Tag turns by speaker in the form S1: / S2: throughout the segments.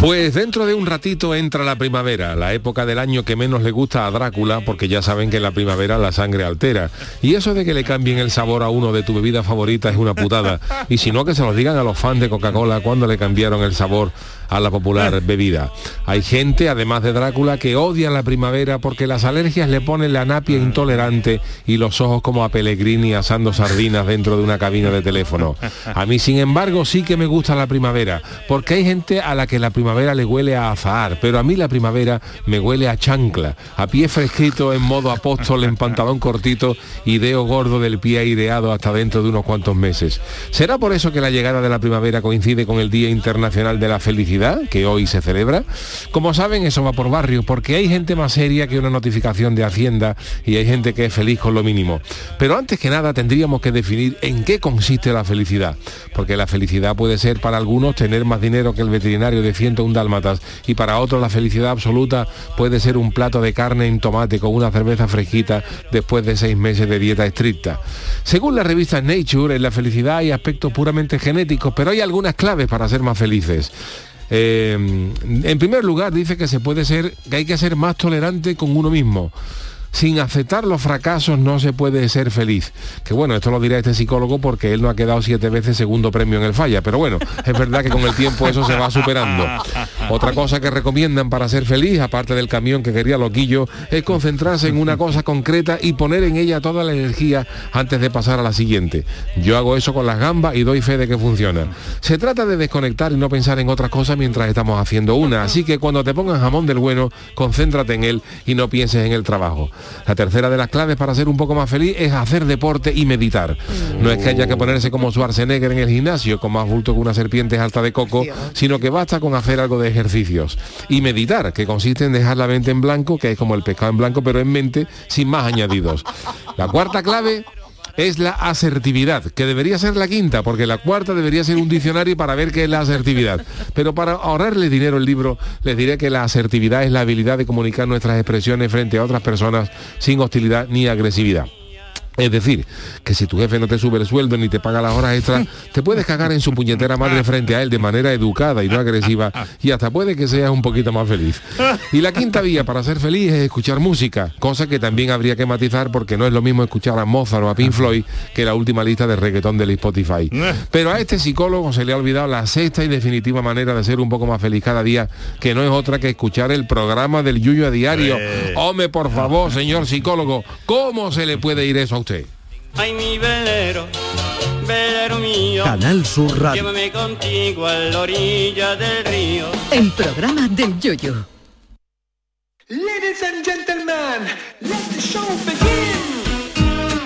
S1: Pues dentro de un ratito entra la primavera, la época del año que menos le gusta a Drácula, porque ya saben que en la primavera la sangre altera. Y eso de que le cambien el sabor a uno de tu bebida favorita es una putada. Y si no, que se lo digan a los fans de Coca-Cola cuando le cambiaron el sabor a la popular bebida. Hay gente, además de Drácula, que odia la primavera porque las alergias le ponen la napia intolerante y los ojos como a Pellegrini asando sardinas dentro de una cabina de teléfono. A mí, sin embargo, sí que me gusta la primavera, porque hay gente a la que la primavera primavera le huele a azahar, pero a mí la primavera me huele a chancla, a pie fresquito en modo apóstol en pantalón cortito y deo gordo del pie aireado hasta dentro de unos cuantos meses. ¿Será por eso que la llegada de la primavera coincide con el Día Internacional de la Felicidad, que hoy se celebra? Como saben, eso va por barrio, porque hay gente más seria que una notificación de Hacienda y hay gente que es feliz con lo mínimo. Pero antes que nada tendríamos que definir en qué consiste la felicidad, porque la felicidad puede ser para algunos tener más dinero que el veterinario de 100 un dálmatas y para otros la felicidad absoluta puede ser un plato de carne en tomate con una cerveza fresquita después de seis meses de dieta estricta. Según la revista Nature, en la felicidad hay aspectos puramente genéticos, pero hay algunas claves para ser más felices. Eh, en primer lugar, dice que se puede ser, que hay que ser más tolerante con uno mismo sin aceptar los fracasos no se puede ser feliz. Que bueno, esto lo dirá este psicólogo porque él no ha quedado siete veces segundo premio en el falla, pero bueno, es verdad que con el tiempo eso se va superando. Otra cosa que recomiendan para ser feliz, aparte del camión que quería Loquillo, es concentrarse en una cosa concreta y poner en ella toda la energía antes de pasar a la siguiente. Yo hago eso con las gambas y doy fe de que funciona. Se trata de desconectar y no pensar en otras cosas mientras estamos haciendo una, así que cuando te pongan jamón del bueno, concéntrate en él y no pienses en el trabajo. La tercera de las claves para ser un poco más feliz es hacer deporte y meditar. No es que haya que ponerse como Schwarzenegger en el gimnasio con más bulto que una serpiente alta de coco, sino que basta con hacer algo de ejercicios. Y meditar, que consiste en dejar la mente en blanco, que es como el pescado en blanco, pero en mente, sin más añadidos. La cuarta clave es la asertividad, que debería ser la quinta, porque la cuarta debería ser un diccionario para ver qué es la asertividad. Pero para ahorrarle dinero el libro, les diré que la asertividad es la habilidad de comunicar nuestras expresiones frente a otras personas sin hostilidad ni agresividad. Es decir, que si tu jefe no te sube el sueldo ni te paga las horas extras, te puedes cagar en su puñetera madre frente a él de manera educada y no agresiva y hasta puede que seas un poquito más feliz. Y la quinta vía para ser feliz es escuchar música, cosa que también habría que matizar porque no es lo mismo escuchar a Mozart o a Pink Floyd que la última lista de reggaetón del Spotify. Pero a este psicólogo se le ha olvidado la sexta y definitiva manera de ser un poco más feliz cada día, que no es otra que escuchar el programa del Yuyo a diario. Hombre, por favor, señor psicólogo, ¿cómo se le puede ir eso a usted?
S2: Ay, mi velero, velero mío.
S3: Canal Sur Radio.
S2: Llévame contigo a la orilla del río.
S4: El programa del yoyo.
S5: Ladies and gentlemen, let the show begin.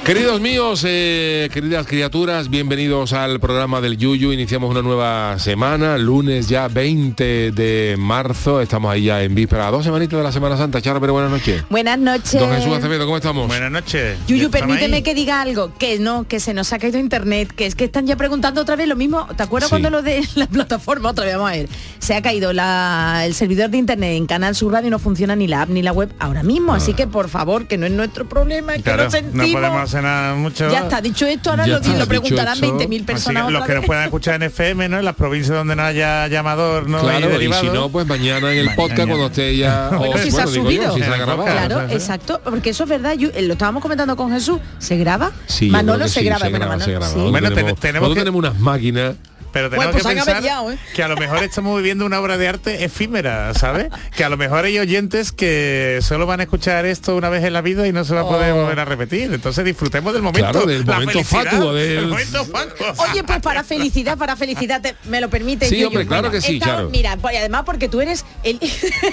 S1: Queridos míos, eh, queridas criaturas, bienvenidos al programa del Yuyu. Iniciamos una nueva semana, lunes ya 20 de marzo. Estamos ahí ya en víspera, dos semanitas de la Semana Santa. Charo, pero buenas noches.
S6: Buenas noches.
S1: Don Jesús Acevedo, ¿cómo estamos?
S7: Buenas noches.
S6: Yuyu, permíteme que diga algo, que no, que se nos ha caído internet, que es que están ya preguntando otra vez lo mismo. ¿Te acuerdas
S1: Sí.
S6: cuando lo de la plataforma? Otra vez, vamos a ver. Se ha caído la- el servidor de internet en Canal Sur Radio y no funciona ni la app ni la web ahora mismo. Así que, por favor, que no es nuestro problema, que
S7: Ah. Claro,
S6: lo sentimos.
S7: no podemos hacer nada mucho.
S6: Ya está, dicho esto, ahora
S1: Ya
S6: lo,
S1: está,
S6: lo
S1: dicho
S6: preguntarán
S1: esto.
S6: 20.000
S7: Así que
S6: personas
S7: los
S6: otra
S7: que nos
S6: vez.
S7: puedan escuchar en FM, ¿no? En las provincias donde no haya llamador, ¿no? hay
S1: Claro, y si
S7: derivado.
S1: no, pues mañana en el
S7: Mañana.
S1: podcast cuando esté ya... o,
S6: Bueno, si se ha
S1: digo yo,
S6: subido.
S1: si se ha
S7: En el
S1: grabado.
S7: podcast.
S6: Claro,
S7: Claro, sí, sí.
S6: exacto, porque eso es verdad, yo- eh, lo estábamos comentando con Jesús, ¿se graba?
S1: Sí, yo
S6: Manolo
S1: creo que
S6: se
S1: sí,
S6: graba, bueno,
S1: se
S6: Manolo,
S1: graba.
S6: sí.
S1: Nosotros
S7: Bueno, te-
S1: tenemos,
S7: tenemos
S1: nosotros
S7: que-
S1: tenemos unas máquinas
S7: Pero
S6: Bueno,
S7: tenemos
S6: pues
S7: que
S6: han
S7: pensar
S6: avellado, ¿eh?
S7: que a lo mejor estamos viviendo una obra de arte efímera, ¿sabes? que a lo mejor hay oyentes que solo van a escuchar esto una vez en la vida y no se va a poder
S6: Oh.
S7: volver a repetir. Entonces disfrutemos del momento.
S1: Claro, del
S7: la
S1: momento
S7: felicidad,
S1: fatuo, del-
S7: el momento fatuo.
S6: Oye, pues para felicidad, para felicidad, te- me lo permite.
S1: Sí, hombre, claro que sí, claro.
S6: Mira, pues, y además porque tú eres el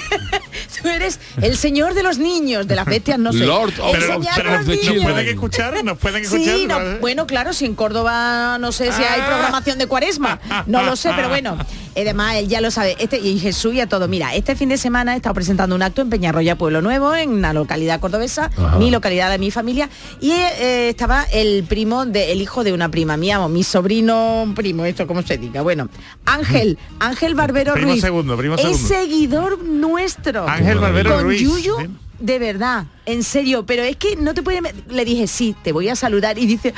S6: tú eres el señor de los niños, de las bestias, no sé.
S1: Lord of-
S6: El
S7: pero,
S6: señor
S7: pero
S6: de
S7: nos
S6: los
S1: the
S6: niños.
S7: pueden escuchar, nos pueden escuchar.
S6: Sí, no,
S7: ¿vale?
S6: bueno, claro, si en Córdoba no sé si hay
S7: Ah.
S6: programación de cuaresma, no lo sé, pero bueno, además él ya lo sabe, este y Jesús y a todo. Mira, este fin de semana he estado presentando un acto en Peñarroya, Pueblo Nuevo, en una localidad cordobesa,
S1: Ajá.
S6: mi localidad de mi familia, y eh, estaba el primo del hijo de una prima mía, o mi sobrino primo, esto como se diga, bueno, Ángel, Ángel Barbero
S7: Primo
S6: Ruiz,
S7: segundo, primo
S6: es
S7: segundo.
S6: seguidor nuestro.
S7: Ángel
S1: Qué
S7: Barbero
S6: con
S7: Ruiz.
S6: Yuyu,
S7: ¿sí?
S6: de verdad, en serio, pero es que no te puede... me- Le dije, sí, te voy a saludar y dice,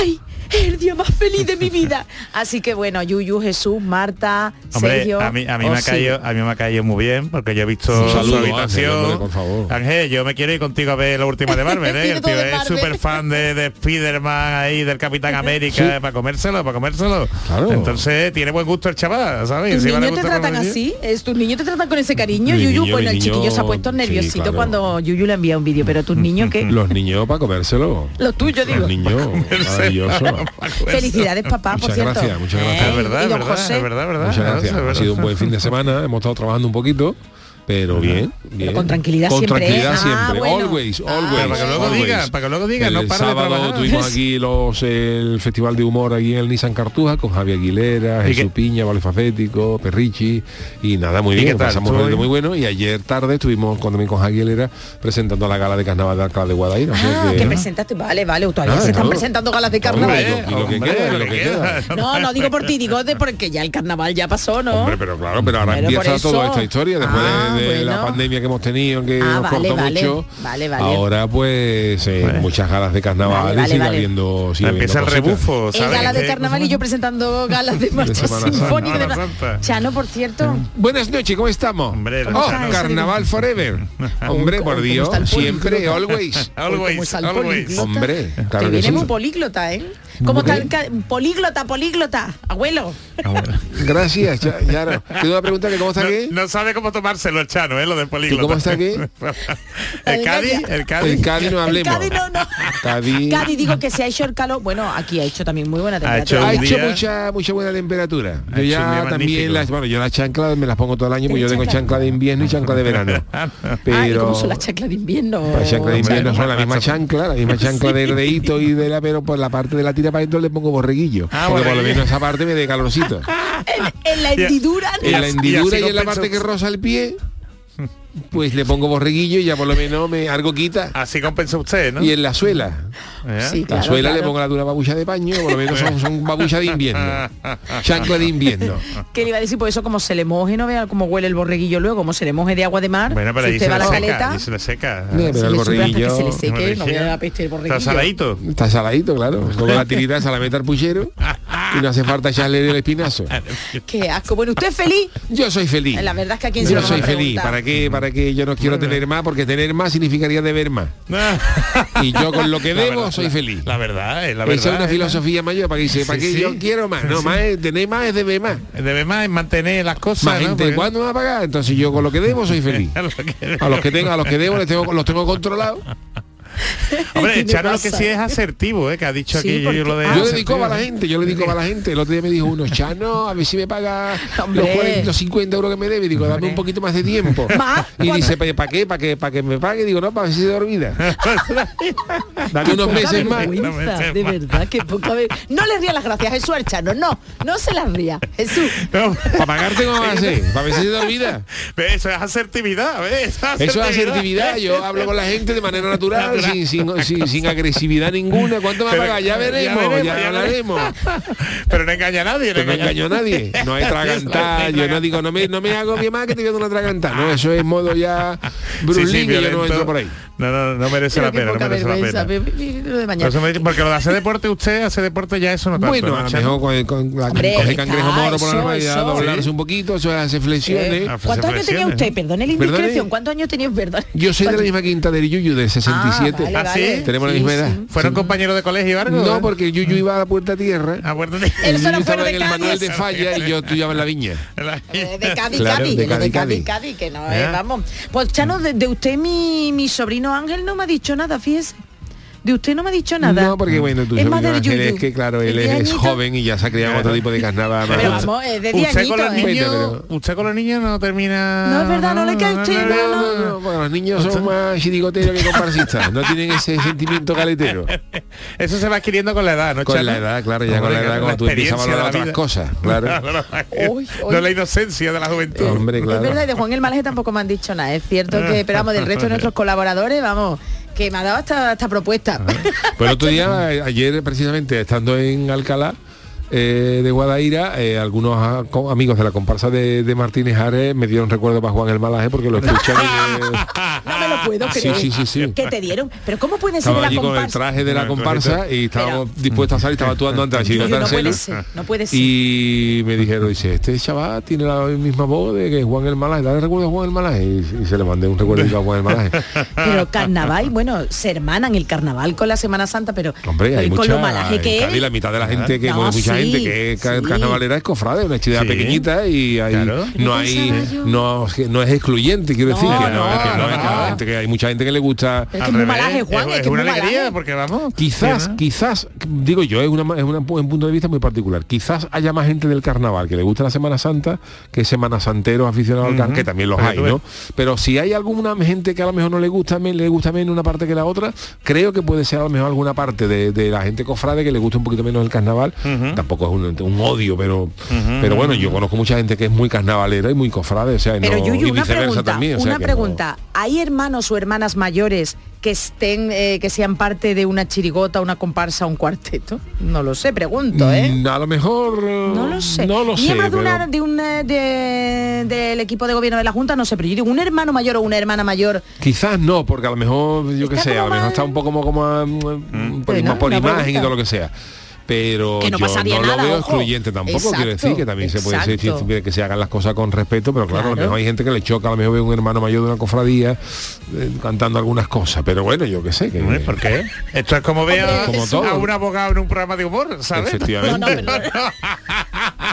S6: ¡ay! es El día más feliz de mi vida. Así que bueno, Yuyu, Jesús, Marta,
S7: Hombre,
S6: Sergio. oh,
S7: a mí, a mí me ha
S6: os
S7: caído, a mí me ha caído muy bien porque yo he visto
S1: Sí. Un saludo,
S7: su
S1: Ángel,
S7: habitación.
S1: hombre, por favor.
S7: Ángel, yo me quiero ir contigo a ver la última de Marvel, ¿eh?
S6: Pide
S7: El
S6: todo
S7: tío
S6: de
S7: es
S6: Marvel.
S7: súper fan de, de Spiderman ahí, del Capitán América,
S1: Sí.
S7: eh, para comérselo, para comérselo.
S1: Claro.
S7: Entonces tiene buen gusto el chaval, ¿sabes?
S6: ¿Tus
S7: Encima le
S6: niños Pues te
S7: gusta
S6: tratan
S7: Marvel.
S6: así? ¿Es- ¿Tus niños te tratan con ese cariño,
S1: Mi
S6: Yuyu?
S1: niño,
S6: bueno,
S1: mi
S6: el chiquillo se ha
S1: niño-
S6: puesto
S1: sí,
S6: nerviosito
S1: claro.
S6: cuando Yuyu le envía un vídeo, pero tus niños que...
S1: Los niños para comérselo.
S6: Los tuyos, digo.
S1: Los niños, maravilloso.
S6: Felicidades, papá, por
S1: Muchas
S6: cierto.
S1: gracias, muchas gracias.
S6: ¿Eh?
S7: Es verdad,
S6: Y
S7: es
S6: don
S7: verdad,
S6: José,
S7: es verdad, es verdad.
S1: Muchas gracias.
S7: Ah, Es verdad.
S1: Ha sido un buen fin de semana. Hemos estado trabajando un poquito, pero bien, bien.
S6: con tranquilidad
S1: Con
S6: siempre,
S1: tranquilidad
S6: ¿eh? Ah,
S1: siempre.
S6: bueno.
S1: Always,
S6: Ah,
S1: always.
S7: para que luego
S1: always.
S7: diga, para que luego diga,
S1: el
S7: no para de
S1: sábado
S7: trabajar.
S1: tuvimos aquí los el Festival de Humor aquí en el Nissan Cartuja con Javier Aguilera,
S7: ¿Y
S1: Jesús
S7: qué-
S1: Piña, Vale Facético, Perrichi y nada, muy
S7: ¿Y
S1: bien.
S7: qué tal?
S1: Pasamos
S7: ¿Estuvo
S1: un rato
S7: bien?
S1: muy bueno y ayer tarde estuvimos con, también con Javier Aguilera presentando la gala de carnaval de Alcalá de Guadaira. o sea
S6: Ah, que
S1: ¿no?
S6: presentaste. Vale, vale, todavía
S1: Ah,
S6: se están
S1: claro.
S6: presentando galas de
S1: Hombre,
S6: carnaval.
S1: y lo- y lo que
S7: ¿eh? Hombre,
S1: queda, y
S7: lo que queda.
S6: No, no digo por ti, digo de porque ya el carnaval ya pasó, ¿no?
S1: Hombre, pero claro, pero ahora
S6: Pero por
S1: empieza
S6: eso.
S1: toda esta historia después
S6: Ah,
S1: de- de, la
S6: bueno.
S1: pandemia que hemos tenido, que
S6: Ah,
S1: nos
S6: vale,
S1: cortó
S6: vale.
S1: mucho.
S6: Vale, vale.
S1: Ahora pues eh, muchas galas de
S6: Vale,
S1: carnaval y
S6: vale,
S1: sigue
S6: vale.
S1: habiendo, sigue
S7: Empieza el
S1: habiendo cositas.
S7: rebufo,
S6: el
S7: ¿sabes?
S6: gala de
S7: Que-
S6: carnaval y yo presentando galas de marcha
S1: Semana Santa,
S6: sinfónica.
S7: Semana
S6: de-
S7: Santa.
S6: Chano, por cierto.
S1: Buenas noches, ¿cómo estamos?
S7: Hombre,
S1: Oh,
S7: Chano.
S1: carnaval forever. Hombre,
S6: ¿Cómo-
S1: por
S6: cómo
S1: Dios,
S6: está el
S1: siempre,
S6: polígono?
S1: always.
S6: Como
S7: Always,
S6: sal
S7: always.
S6: políglota.
S1: Hombre, claro
S6: Te
S1: que
S6: viene
S1: sí.
S6: muy políglota, ¿eh? Como
S1: Hombre.
S6: tal ca- políglota, políglota, abuelo.
S1: Gracias, ya, ya. Te doy una pregunta que cómo está
S7: No,
S1: aquí.
S7: no sabe cómo tomárselo el Chano, ¿eh? Lo del
S1: ¿Y
S7: políglota.
S1: cómo está aquí?
S7: el Cádiz, el Cádiz.
S1: En Cádiz no
S6: El
S1: hablemos.
S6: Cádiz no, no.
S1: Cádiz-
S6: Cádiz, digo que se ha hecho el calor. Bueno, aquí ha hecho también muy buena temperatura.
S7: hecho
S1: Ha
S7: un
S1: hecho
S7: día-
S1: mucha mucha buena temperatura.
S7: Ha
S1: Yo
S7: hecho un
S1: ya
S7: día
S1: también
S7: magnífico.
S1: las, bueno, yo las chanclas me las pongo todo el año, porque yo
S6: ¿Tienes
S1: tengo
S6: chancla?
S1: chancla de invierno y chancla de verano. Pero
S6: Ah, ¿y cómo son las chaclas de invierno?
S7: Eh,
S1: las chanclas Pues de invierno
S7: Hombre,
S1: son la misma
S7: macho.
S1: chancla, la misma chancla de reito y de la, pero por la parte de la tira para adentro le pongo borreguillo.
S7: Ah,
S1: porque por lo
S7: borreguillo.
S1: menos esa parte me dé calorcito.
S6: En la hendidura.
S1: En la
S7: así
S1: hendidura y en la
S7: compensa-
S1: parte que roza el pie, pues le pongo borreguillo y ya por lo menos me algo quita.
S7: Así compensa usted, Ah, ¿no?
S1: Y en la suela.
S7: ¿Eh?
S6: Sí,
S1: La
S6: claro,
S1: suela le
S6: claro.
S1: pongo la de una babucha de paño, por lo menos son, son babucha de invierno. Chancla de invierno.
S6: que le iba a decir por eso como se le moje no vea cómo huele el borreguillo luego como se le moje de agua de mar
S7: Bueno, pero
S6: si
S7: ahí
S6: usted
S7: se
S6: va a
S7: le
S6: la
S7: seca.
S6: caleta
S7: ahí se le seca.
S1: Mira, pero
S6: se
S1: el
S6: le sube hasta que se
S1: borreguillo-
S6: le seque no vea la peste el borreguillo
S7: Está saladito.
S1: Está saladito, claro. Con la tirita se la mete al puchero y no hace falta echarle el espinazo.
S6: qué asco bueno usted es feliz
S1: Yo soy feliz.
S6: La verdad es que a quién se
S1: Yo
S6: lo vamos
S1: soy
S6: a
S1: feliz.
S6: preguntar.
S1: ¿Para qué? ¿Para qué? Yo no quiero tener más porque tener más significaría deber más. Y yo con lo que
S7: La
S1: debo
S7: verdad,
S1: soy
S7: la-
S1: feliz.
S7: La verdad, es la verdad.
S1: Esa es una
S7: eh.
S1: filosofía mayor para que dice, ¿para
S7: Sí,
S1: qué
S7: sí.
S1: yo quiero más? No,
S7: Sí.
S1: más es- tener más es deber más.
S7: Debe más es mantener las cosas.
S1: Más
S7: ¿no?
S1: gente,
S7: Porque-
S1: ¿cuándo me va a pagar? Entonces yo con lo que debo soy feliz.
S7: A los que-
S1: A los que tengo, a los que debo les tengo, los tengo controlados.
S7: Hombre,
S6: ¿Qué le
S7: Charo lo que
S6: pasa?
S7: sí es asertivo, ¿eh? Que ha dicho
S6: Sí,
S7: aquí yo,
S6: porque-
S7: lo de...
S1: Yo le dedico a la
S7: asertivo.
S1: gente, yo le dedico a la gente. El otro día me dijo uno, Chano, a ver si me paga los,
S6: Hombre.
S1: 40, los 50 euros que me debe. Digo, dame un poquito más de tiempo.
S6: Más,
S1: Y
S6: ¿cuánto?
S1: dice, ¿para qué? ¿Para que, ¿Para que me pague? Digo, no, para ver si se te olvida. Dame unos
S6: Poca
S1: meses más.
S6: vergüenza, de verdad que poca ver- no le ría las gracias Jesús al Chano no no se las ría Jesús
S7: No,
S1: Para pagarte cómo vas a hacer, para ver si se te olvida.
S7: ve, eso es asertividad, ¿ves?
S1: Eso es asertividad, yo hablo con la gente de manera natural, sin, sin, sin- sin agresividad ninguna. ¿Cuánto me
S7: Pero-
S1: paga? Ya veremos, ya,
S7: ya
S1: hablaremos.
S7: Pero no engaña a nadie,
S1: Yo no engaño a nadie, no hay tragantar, yo no digo, no me, no me hago bien más que te voy a dar una tragantar. No, eso es modo ya Bruce
S7: Sí, sí,
S1: Lee, que yo no
S7: violento.
S1: entro por ahí.
S7: No, no, no merece
S6: Pero
S7: la
S6: qué
S7: pena, no
S6: poca
S7: merece la
S6: vergüenza,
S7: pena.
S6: ve- ve- ve lo de mañana.
S7: Por eso me- Porque lo de hacer deporte, usted hace deporte ya eso no tanto.
S1: Bueno, a
S7: ¿no,
S1: lo
S7: Chano?
S1: mejor con, con la
S6: Hombre,
S1: coger cangrejo
S6: está,
S1: moro por la
S6: eso,
S1: raya,
S6: eso.
S1: doblarse
S7: Sí.
S1: un poquito, eso hace flexiones.
S7: Ah, pues
S6: Eh, ¿cuántos
S7: se
S6: años tenía
S7: presiones,
S6: usted?
S7: ¿no?
S6: perdone la
S1: Perdone.
S6: indiscreción ¿cuántos años tenía? perdón
S1: Yo soy de la misma quinta del Yuyu, del 67 Alcahuete.
S6: Vale,
S7: ¿Ah, sí?
S6: vale.
S1: Tenemos la
S6: Sí,
S1: misma edad.
S6: sí.
S7: ¿Fueron compañeros de colegio o algo?
S1: No, porque yo, yo iba a la Puerta Tierra.
S7: Acuérdate.
S1: y
S6: Él
S1: yo
S6: solo fue
S1: estaba
S6: de
S1: en el
S6: Cádiz.
S1: manual de falla y yo estudiaba en la viña.
S6: Eh, De Cádiz,
S1: Claro,
S6: Cádiz,
S1: de
S6: de Cádiz,
S1: Cádiz,
S6: Cádiz,
S1: Cádiz.
S6: Cádiz, que no, eh,
S7: Ah.
S6: vamos. Pues Chano, de, de usted mi, mi sobrino Ángel no me ha dicho nada, fíjese. De usted no me ha dicho nada.
S1: No, porque bueno, tú
S6: Es más
S1: sabes
S6: de
S1: Ángel,
S6: yuyu.
S1: es que claro, él
S6: ¿De
S1: es, es
S6: añito?
S1: joven y ya se ha criado en otro tipo de carnaval.
S6: Pero vamos, eh, de 10
S7: usted, con los
S6: añitos, ¿eh?
S1: niños-
S7: niños, usted con los niños no termina...
S6: No, es verdad, no le cae a usted, no, no.
S1: Bueno, los niños son más chirigoteros que comparsistas, no tienen ese sentimiento galetero.
S7: Eso se va adquiriendo con la edad, ¿no?
S1: Con
S7: Chano?
S1: la edad, claro, ya con la edad, cuando tú empiezas a
S7: experiencia
S1: valorar
S7: de la
S1: otras
S7: vida.
S1: cosas, claro.
S6: Hoy, hoy.
S7: No la inocencia de la juventud.
S1: Hombre,
S6: Es verdad, y
S1: claro.
S6: de Juan el Malaje tampoco me han dicho nada. Es cierto que, pero vamos, del resto de nuestros colaboradores, vamos, que me ha dado esta, esta propuesta.
S1: Pero el otro día, a- ayer precisamente, estando en Alcalá eh, de Guadaira, eh, algunos a- co- amigos de la comparsa de, de Martínez Ares me dieron recuerdo para Juan el Malaje porque lo escucharon. eh,
S6: no me lo puedo
S1: Sí,
S6: creer.
S1: sí, sí, sí.
S6: ¿Qué te dieron? Pero ¿cómo puede ser de
S1: estaba
S6: la
S1: allí con el
S6: comparsa?
S1: traje de la
S7: Una
S1: comparsa
S7: cosita.
S1: y estábamos dispuestos a salir, estaba actuando antes de la
S6: Yuyu,
S1: chirigota
S6: no
S1: Anselmo.
S6: puede ser, no puede ser.
S1: Y me dijeron, dice, este chaval tiene la misma voz de que Juan el Malaje, dale recuerdo a Juan el Malaje. Y, y se le mandé un recuerdo a Juan el Malaje.
S6: Pero carnaval, bueno, se hermanan el carnaval con la Semana Santa, pero
S1: Hombre, hay
S6: con
S1: mucha,
S6: lo malaje
S1: en
S6: que
S1: Cádiz
S6: es.
S1: la mitad de la gente que
S6: No,
S1: bueno, mucha
S6: sí,
S1: gente que es ca-
S6: sí.
S1: carnavalera es cofrade, una entidad
S7: Sí.
S1: pequeñita y ahí
S7: Claro.
S1: no hay no, no es excluyente, quiero
S6: No,
S1: decir, que no,
S7: no,
S1: que no,
S7: no.
S1: es que la gente que hay mucha gente que le gusta
S6: Pero es que es muy malaje, Juan, es,
S7: es,
S6: que es
S7: una
S6: muy
S7: alegría
S6: malaje.
S7: porque vamos.
S1: Quizás,
S7: ¿no?
S1: quizás, digo yo, es, una, ma- es una- un punto de vista muy particular. Quizás haya más gente del carnaval que le gusta la Semana Santa que Semana Santeros aficionados al carnaval, que también los
S7: Pero
S1: hay,
S7: tú ves.
S1: ¿no? Pero si hay alguna gente que a lo mejor no le gusta, me- le gusta menos una parte que la otra, creo que puede ser a lo mejor alguna parte de, de la gente cofrade que le gusta un poquito menos el carnaval. Tampoco es un, un odio, pero, pero bueno, yo conozco mucha gente que es muy carnavalera y muy cofrade, o sea, y
S6: Pero
S1: no- y
S6: Yuyu, una
S1: viceversa
S6: pregunta,
S1: también. o sea,
S6: una
S1: que no-
S6: pregunta. ¿Hay hermanos o hermanas mayores que estén, eh, que sean parte de una chirigota, una comparsa, un cuarteto? No lo sé, pregunto, ¿eh?
S1: Mm, A lo mejor...
S6: No lo sé.
S1: No lo sé.
S6: Miembros de, una-
S1: pero-
S6: de un, eh, de- del equipo de gobierno de la Junta, no sé, pero yo digo, un hermano mayor o una hermana mayor.
S1: Quizás no, porque a lo mejor, yo qué
S6: Está
S1: sé, a lo
S6: como
S1: mejor
S6: mal.
S1: está un poco como, como, mm, por,
S6: Bueno,
S1: ima- por
S6: una
S1: imagen y
S6: pregunta.
S1: todo lo que sea. Pero
S6: Que no
S1: yo
S6: pasaría
S1: no lo
S6: nada,
S1: veo
S6: ojo.
S1: excluyente tampoco, quiero decir
S6: Exacto,
S1: que también se puede decir
S6: exacto.
S1: que- que se hagan las cosas con respeto, pero claro, a lo
S6: Claro.
S1: mejor hay gente que le choca, a lo mejor ve un hermano mayor de una cofradía eh, cantando algunas cosas, pero bueno, yo qué sé, que
S7: Hombre, ¿Por qué? Esto es como ver a,
S1: Como
S7: a
S1: todo.
S7: un abogado en un programa de humor, ¿sabes?
S1: Efectivamente. No, no,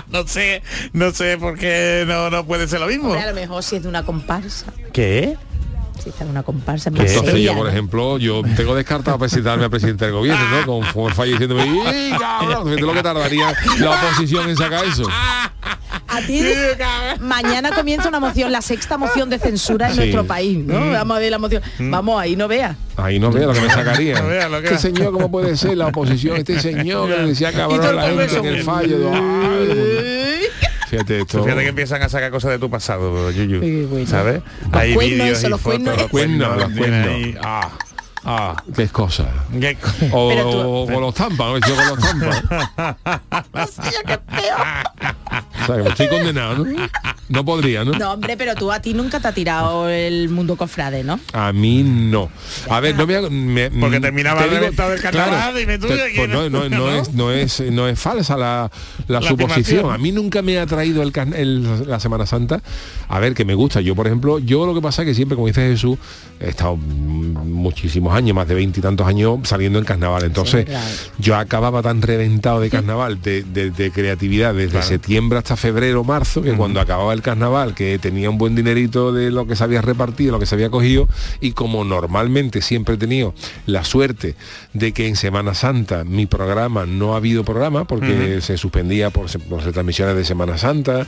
S7: No sé, no sé por qué no, no puede ser lo
S1: Oh.
S7: mismo.
S6: Hombre, a lo mejor si es de una comparsa.
S7: ¿Qué?
S6: Si está en una comparsa, más
S1: Entonces
S6: seria,
S1: yo, por
S6: ¿no?
S1: ejemplo, yo tengo descartado presentarme a presidente del gobierno, ¿no? Con Juan Falla diciéndome, "Ih, cabrón", fíjate lo que tardaría la oposición en sacar eso.
S6: A ti mañana comienza una moción, la sexta moción de censura en
S1: Sí. Mm.
S6: nuestro país, ¿no? Vamos a ver la moción. Vamos, ahí no vea.
S1: Ahí no veo lo que me sacaría.
S7: No vea lo que
S1: este
S7: era.
S1: señor, ¿cómo puede ser la oposición? Este señor que le decía
S6: Y
S1: cabrón
S6: todo
S1: a
S6: el
S1: la gente en
S6: Congreso.
S1: el fallo. Yo, ay, Fíjate esto.
S7: Fíjate que empiezan a sacar cosas de tu pasado, Yuyu.
S6: Sí, bueno.
S7: ¿Sabes?
S6: Los cuernos, eso, los cuernos.
S7: los cuernos,
S1: Los
S7: los
S1: cuernos.
S7: tienen ahí. Ah, ah.
S1: Qué cosa.
S7: Qué co-
S1: O,
S6: Pero tú-
S1: o con los tampas, yo con los tampas. O sea, que me estoy condenado, ¿no? No podría, ¿no?
S6: No, hombre, pero tú a ti nunca te ha tirado el mundo cofrade, ¿no?
S1: A mí no. A ver, no me, hago- me-
S7: Porque terminaba
S1: te digo-
S7: reventado el carnaval, dime tú,
S1: te-
S7: ¿y
S1: pues
S7: quién
S1: no,
S7: es?
S1: no, no
S7: ¿No?
S1: es, no, es, no es falsa la, la
S7: La
S1: suposición.
S7: afirmación.
S1: A mí nunca me ha traído el, carna- el- la Semana Santa. A ver, que me gusta. Yo, por ejemplo, yo lo que pasa es que siempre, como dice Jesús, he estado mm, muchísimos años, más de veintitantos años saliendo en carnaval. Entonces,
S6: claro.
S1: yo acababa tan reventado de carnaval, de, de- de creatividad, desde septiembre hasta febrero, marzo, que cuando acababa el carnaval, que tenía un buen dinerito de lo que se había repartido, lo que se había cogido, y como normalmente siempre he tenido la suerte de que en Semana Santa mi programa no ha habido programa, porque se suspendía por, se- por las transmisiones de Semana Santa,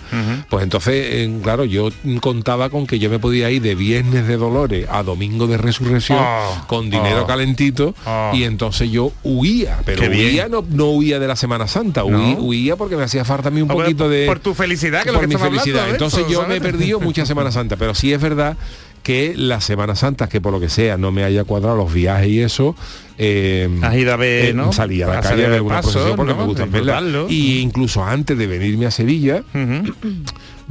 S1: pues entonces, eh, claro, yo contaba con que yo me podía ir de Viernes de Dolores a Domingo de Resurrección
S7: Oh,
S1: con dinero
S7: oh.
S1: calentito
S7: Oh.
S1: y entonces yo huía, pero
S7: Qué bien.
S1: huía no, no huía de la Semana Santa, huí-
S7: ¿No?
S1: huía porque me hacía falta a mí un
S7: Hombre,
S1: poquito de...
S7: por tu felicidad, que es lo
S1: por
S7: que
S1: mi
S7: estamos
S1: felicidad.
S7: hablando de
S1: Entonces
S7: eso,
S1: yo me he
S7: ¿sabes?
S1: perdido mucha Semana Santa, pero sí es verdad que las Semanas Santas, que por lo que sea no me haya cuadrado los viajes y eso, eh,
S7: Has ido a ver,
S1: eh,
S7: ¿no?
S1: salí a la calle
S7: Has salido
S1: a ver
S7: de
S1: alguna
S7: paso,
S1: procesión porque
S7: ¿no?
S1: me gusta
S7: De
S1: verla.
S7: disfrutarlo.
S1: Y incluso antes de venirme a Sevilla,
S7: Ujú.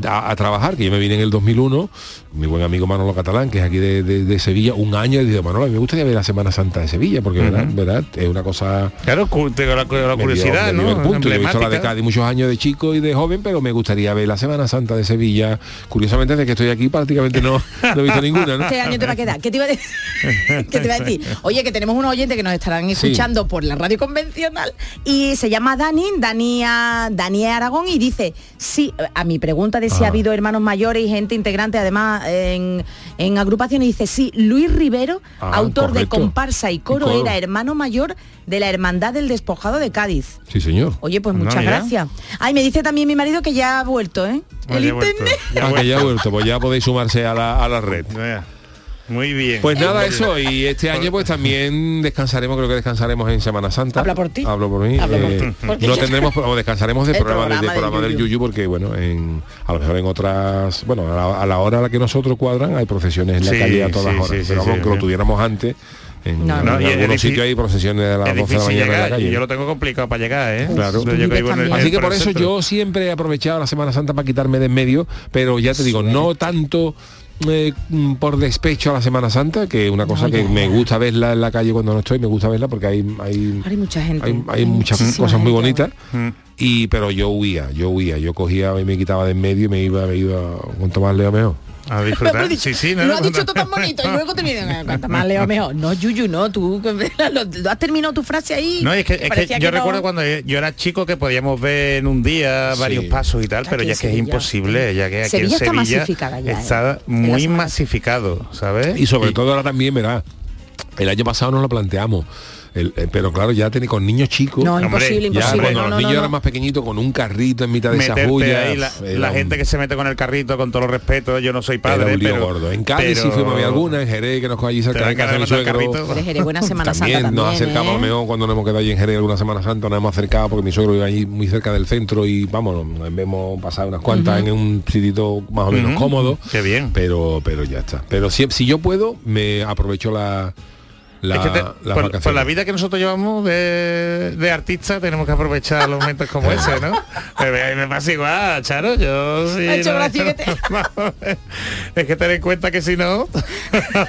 S1: a, a trabajar, que yo me vine en el 2001, mi buen amigo Manolo Catalán, que es aquí de, de- de Sevilla, un año, y digo, Manolo, a mí me gustaría ver la Semana Santa de Sevilla, porque ¿verdad? ¿verdad? es una cosa...
S7: Claro, cu- tengo la, cu- la
S1: me dio-
S7: curiosidad,
S1: me dio
S7: ¿no?
S1: el punto. Yo he visto la de
S7: Emblemática.
S1: Cádiz muchos años de chico y de joven, pero me gustaría ver la Semana Santa de Sevilla. Curiosamente, desde que estoy aquí prácticamente no, no he visto ninguna, ¿no?
S6: Este año te va a quedar. ¿Qué te iba a decir? ¿Qué te iba a decir? Oye, que tenemos unos oyentes que nos estarán
S1: Sí.
S6: escuchando por la radio convencional y se llama Dani, Dani, a- Dani Aragón y dice, sí, a mi pregunta de si
S1: Ah.
S6: ha habido hermanos mayores y gente integrante además en, en agrupaciones, dice, sí, Luis Rivero,
S1: Ah,
S6: autor de
S1: correcto.
S6: comparsa y coro,
S1: Y coro.
S6: era hermano mayor de la Hermandad del Despojado de Cádiz.
S1: Sí, señor.
S6: Oye, pues
S7: No,
S6: muchas
S7: mira.
S6: gracias. Ay, me dice también mi marido que ya ha vuelto, ¿eh?
S7: Oye, he vuelto, ya he
S1: Aunque ya he
S7: vuelto.
S1: vuelto, pues ya podéis sumarse a la, a la red.
S7: Vea. Muy bien. Eh,
S1: Pues nada, eso, y este año pues también descansaremos, creo que descansaremos en Semana Santa.
S6: Habla por ti.
S1: Hablo por mí.
S6: Habla por
S1: eh,
S6: ti. Porque
S1: no
S6: yo-
S1: tendremos, o descansaremos del
S6: El
S1: programa, del, del
S6: programa del
S1: programa del
S6: Yuyu.
S1: Yuyu, porque bueno, en, a lo mejor en otras, bueno, a la, a la hora a la que nosotros cuadran hay procesiones en la
S7: Sí,
S1: calle a todas
S7: sí,
S1: horas,
S7: sí, sí,
S1: pero vamos,
S7: sí,
S1: que lo
S7: sí.
S1: tuviéramos antes. En,
S6: No,
S1: en
S6: no,
S7: y es
S1: algunos
S7: difícil-
S1: sitios hay procesiones de
S7: es
S1: las 12 de la
S7: difícil
S1: mañana en la
S7: llegar,
S1: calle.
S7: y yo lo tengo complicado para llegar, ¿eh?
S1: Claro.
S7: Yo que vivo en el-
S6: también.
S1: Así que
S7: el
S1: por eso
S7: centro.
S1: yo siempre he aprovechado la Semana Santa para quitarme de en medio, pero ya te digo, no tanto eh, mm, por despecho a la Semana Santa, que es una cosa que me gusta verla en la calle cuando no estoy, me gusta verla porque hay, hay,
S6: Ahora hay mucha gente.
S1: hay- hay muchas
S6: muchísima
S1: cosas muy
S6: gente.
S1: bonitas. Y pero yo huía, yo huía, yo cogía y me quitaba de en medio y me iba, me iba cuanto más leo mejor.
S7: A
S6: Lo,
S7: disfrutar.
S6: habré Pues dicho,
S7: Pues Sí, sí, no,
S6: lo
S7: no, pues
S6: has
S7: no.
S6: dicho todo tan bonito y luego termina. Cuanto más leo mejor. No, Yuyu, no, tú lo, lo has terminado tu frase ahí.
S7: No, es que, es que
S6: parecía
S7: yo
S6: no.
S7: recuerdo cuando yo era chico que podíamos ver en un día
S1: Sí.
S7: varios pasos y tal,
S6: Aquí
S7: pero
S6: en
S7: ya es que es
S6: Sevilla.
S7: imposible, ya que aquí
S6: Sevilla
S7: en
S6: está
S7: Sevilla
S6: masificada ya, ¿eh?
S7: está
S6: En la
S7: muy
S6: Semana
S7: masificado, ¿sabes?
S1: Y sobre todo ahora también, verá, el año pasado nos lo planteamos. El- eh, pero claro, ya tené- con niños chicos.
S6: No,
S7: Hombre,
S6: imposible,
S1: Ya,
S6: imposible.
S1: cuando
S6: no,
S1: los
S6: no,
S1: niños
S6: no,
S1: eran más pequeñitos con un carrito en mitad de esa
S7: meterte
S1: bulla.
S7: ahí, la,
S1: era
S7: la
S1: un-
S7: gente que se mete con el carrito, con todo los respeto, yo no soy padre,
S1: era un lío
S7: pero
S1: gordo. En Cádiz
S7: pero-
S1: sí fuimos a ver alguna, en Jerez, que nos cogió allí cerca
S7: Te
S1: de
S7: dan
S1: casa del
S7: ganas de matar
S1: suegro.
S7: carrito.
S6: Eres Jerez, buena Semana
S1: También,
S6: Santa también.
S1: nos acercamos
S6: ¿eh?
S1: a lo mejor cuando nos hemos quedado allí en Jerez alguna Semana Santa, nos hemos acercado porque mi suegro iba allí muy cerca del centro y vamos, nos hemos pasado unas cuantas en un sitito más o menos
S7: Ujú.
S1: cómodo.
S7: Qué bien.
S1: Pero, pero ya está. Pero si, si yo puedo, me aprovecho la, la,
S7: Es que te-
S1: las
S7: por,
S1: vacaciones.
S7: por la vida que nosotros llevamos de, de artista tenemos que aprovechar los momentos como ese, ¿no? Me, me- me pasa igual, Charo, yo sí.
S6: Ha hecho gracia que
S7: te... es que ten en cuenta que si no.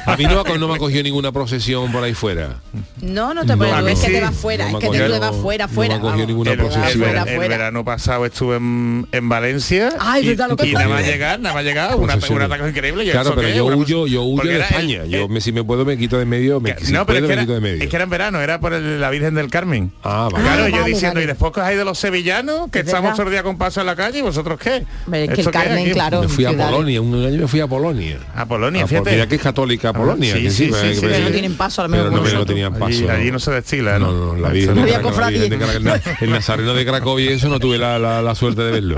S1: A mí no, no me ha cogido ninguna procesión por ahí fuera.
S6: No, no te
S1: No,
S6: puedes,
S7: a mí
S6: es que
S7: sí.
S6: te vas fuera,
S1: No me
S6: es que
S1: ha
S6: te,
S1: cogido-
S6: te vas fuera,
S1: no me
S6: fuera.
S1: ha cogido
S6: vamos.
S1: ninguna
S6: Te
S7: el,
S6: vas
S1: procesión.
S6: fuera,
S7: el- el
S6: fuera.
S7: verano pasado estuve en, en Valencia
S6: Ay,
S7: y,
S6: verdad, lo
S7: y
S6: contaste.
S7: nada más llegar, nada más llegar, una,
S1: Procesiones.
S7: una cosa increíble.
S1: Pues
S7: yo,
S1: Claro,
S7: ¿eso
S1: pero
S7: qué?
S1: yo
S7: Una-
S1: huyo, yo huyo
S7: porque
S1: de
S7: era-
S1: España.
S7: eh,
S1: Yo, me- si me puedo, me quito de en medio. Me, si
S7: no,
S1: puedo,
S7: pero es que,
S1: me quito de en
S7: era,
S1: medio.
S7: es que era en verano, era por el- la Virgen del Carmen.
S1: Ah, vale.
S7: Claro,
S6: Ah,
S7: yo
S6: vale,
S7: diciendo,
S6: vale.
S7: y después que hay de los sevillanos, que
S6: Es
S7: estamos
S6: verdad.
S7: todo el día con paso en la calle, ¿y vosotros qué?
S6: Hombre, es que el
S7: ¿Esto qué
S6: Carmen,
S7: aquí?
S6: claro.
S1: Me fui a
S6: ciudades.
S1: Polonia, un año me fui a Polonia.
S7: A Polonia,
S1: Ah,
S7: fíjate.
S1: Polonia, que es católica
S7: Ah,
S1: Polonia,
S7: sí,
S1: que
S7: sí, sí,
S1: eh,
S7: sí,
S1: que-
S7: pero no
S6: tienen paso, a lo
S1: pero
S6: mejor
S1: no,
S6: como
S1: me- no
S6: nosotros.
S1: tenían paso.
S7: Allí,
S1: no.
S7: allí no se destila,
S1: No,
S7: ¿no?
S1: no, la
S6: No
S1: Virgen de
S6: había
S1: Caracol- la
S6: cofradía.
S1: Virgen de Caracol- El nazareno de Cracovia, eso no tuve la, la- la suerte de verlo.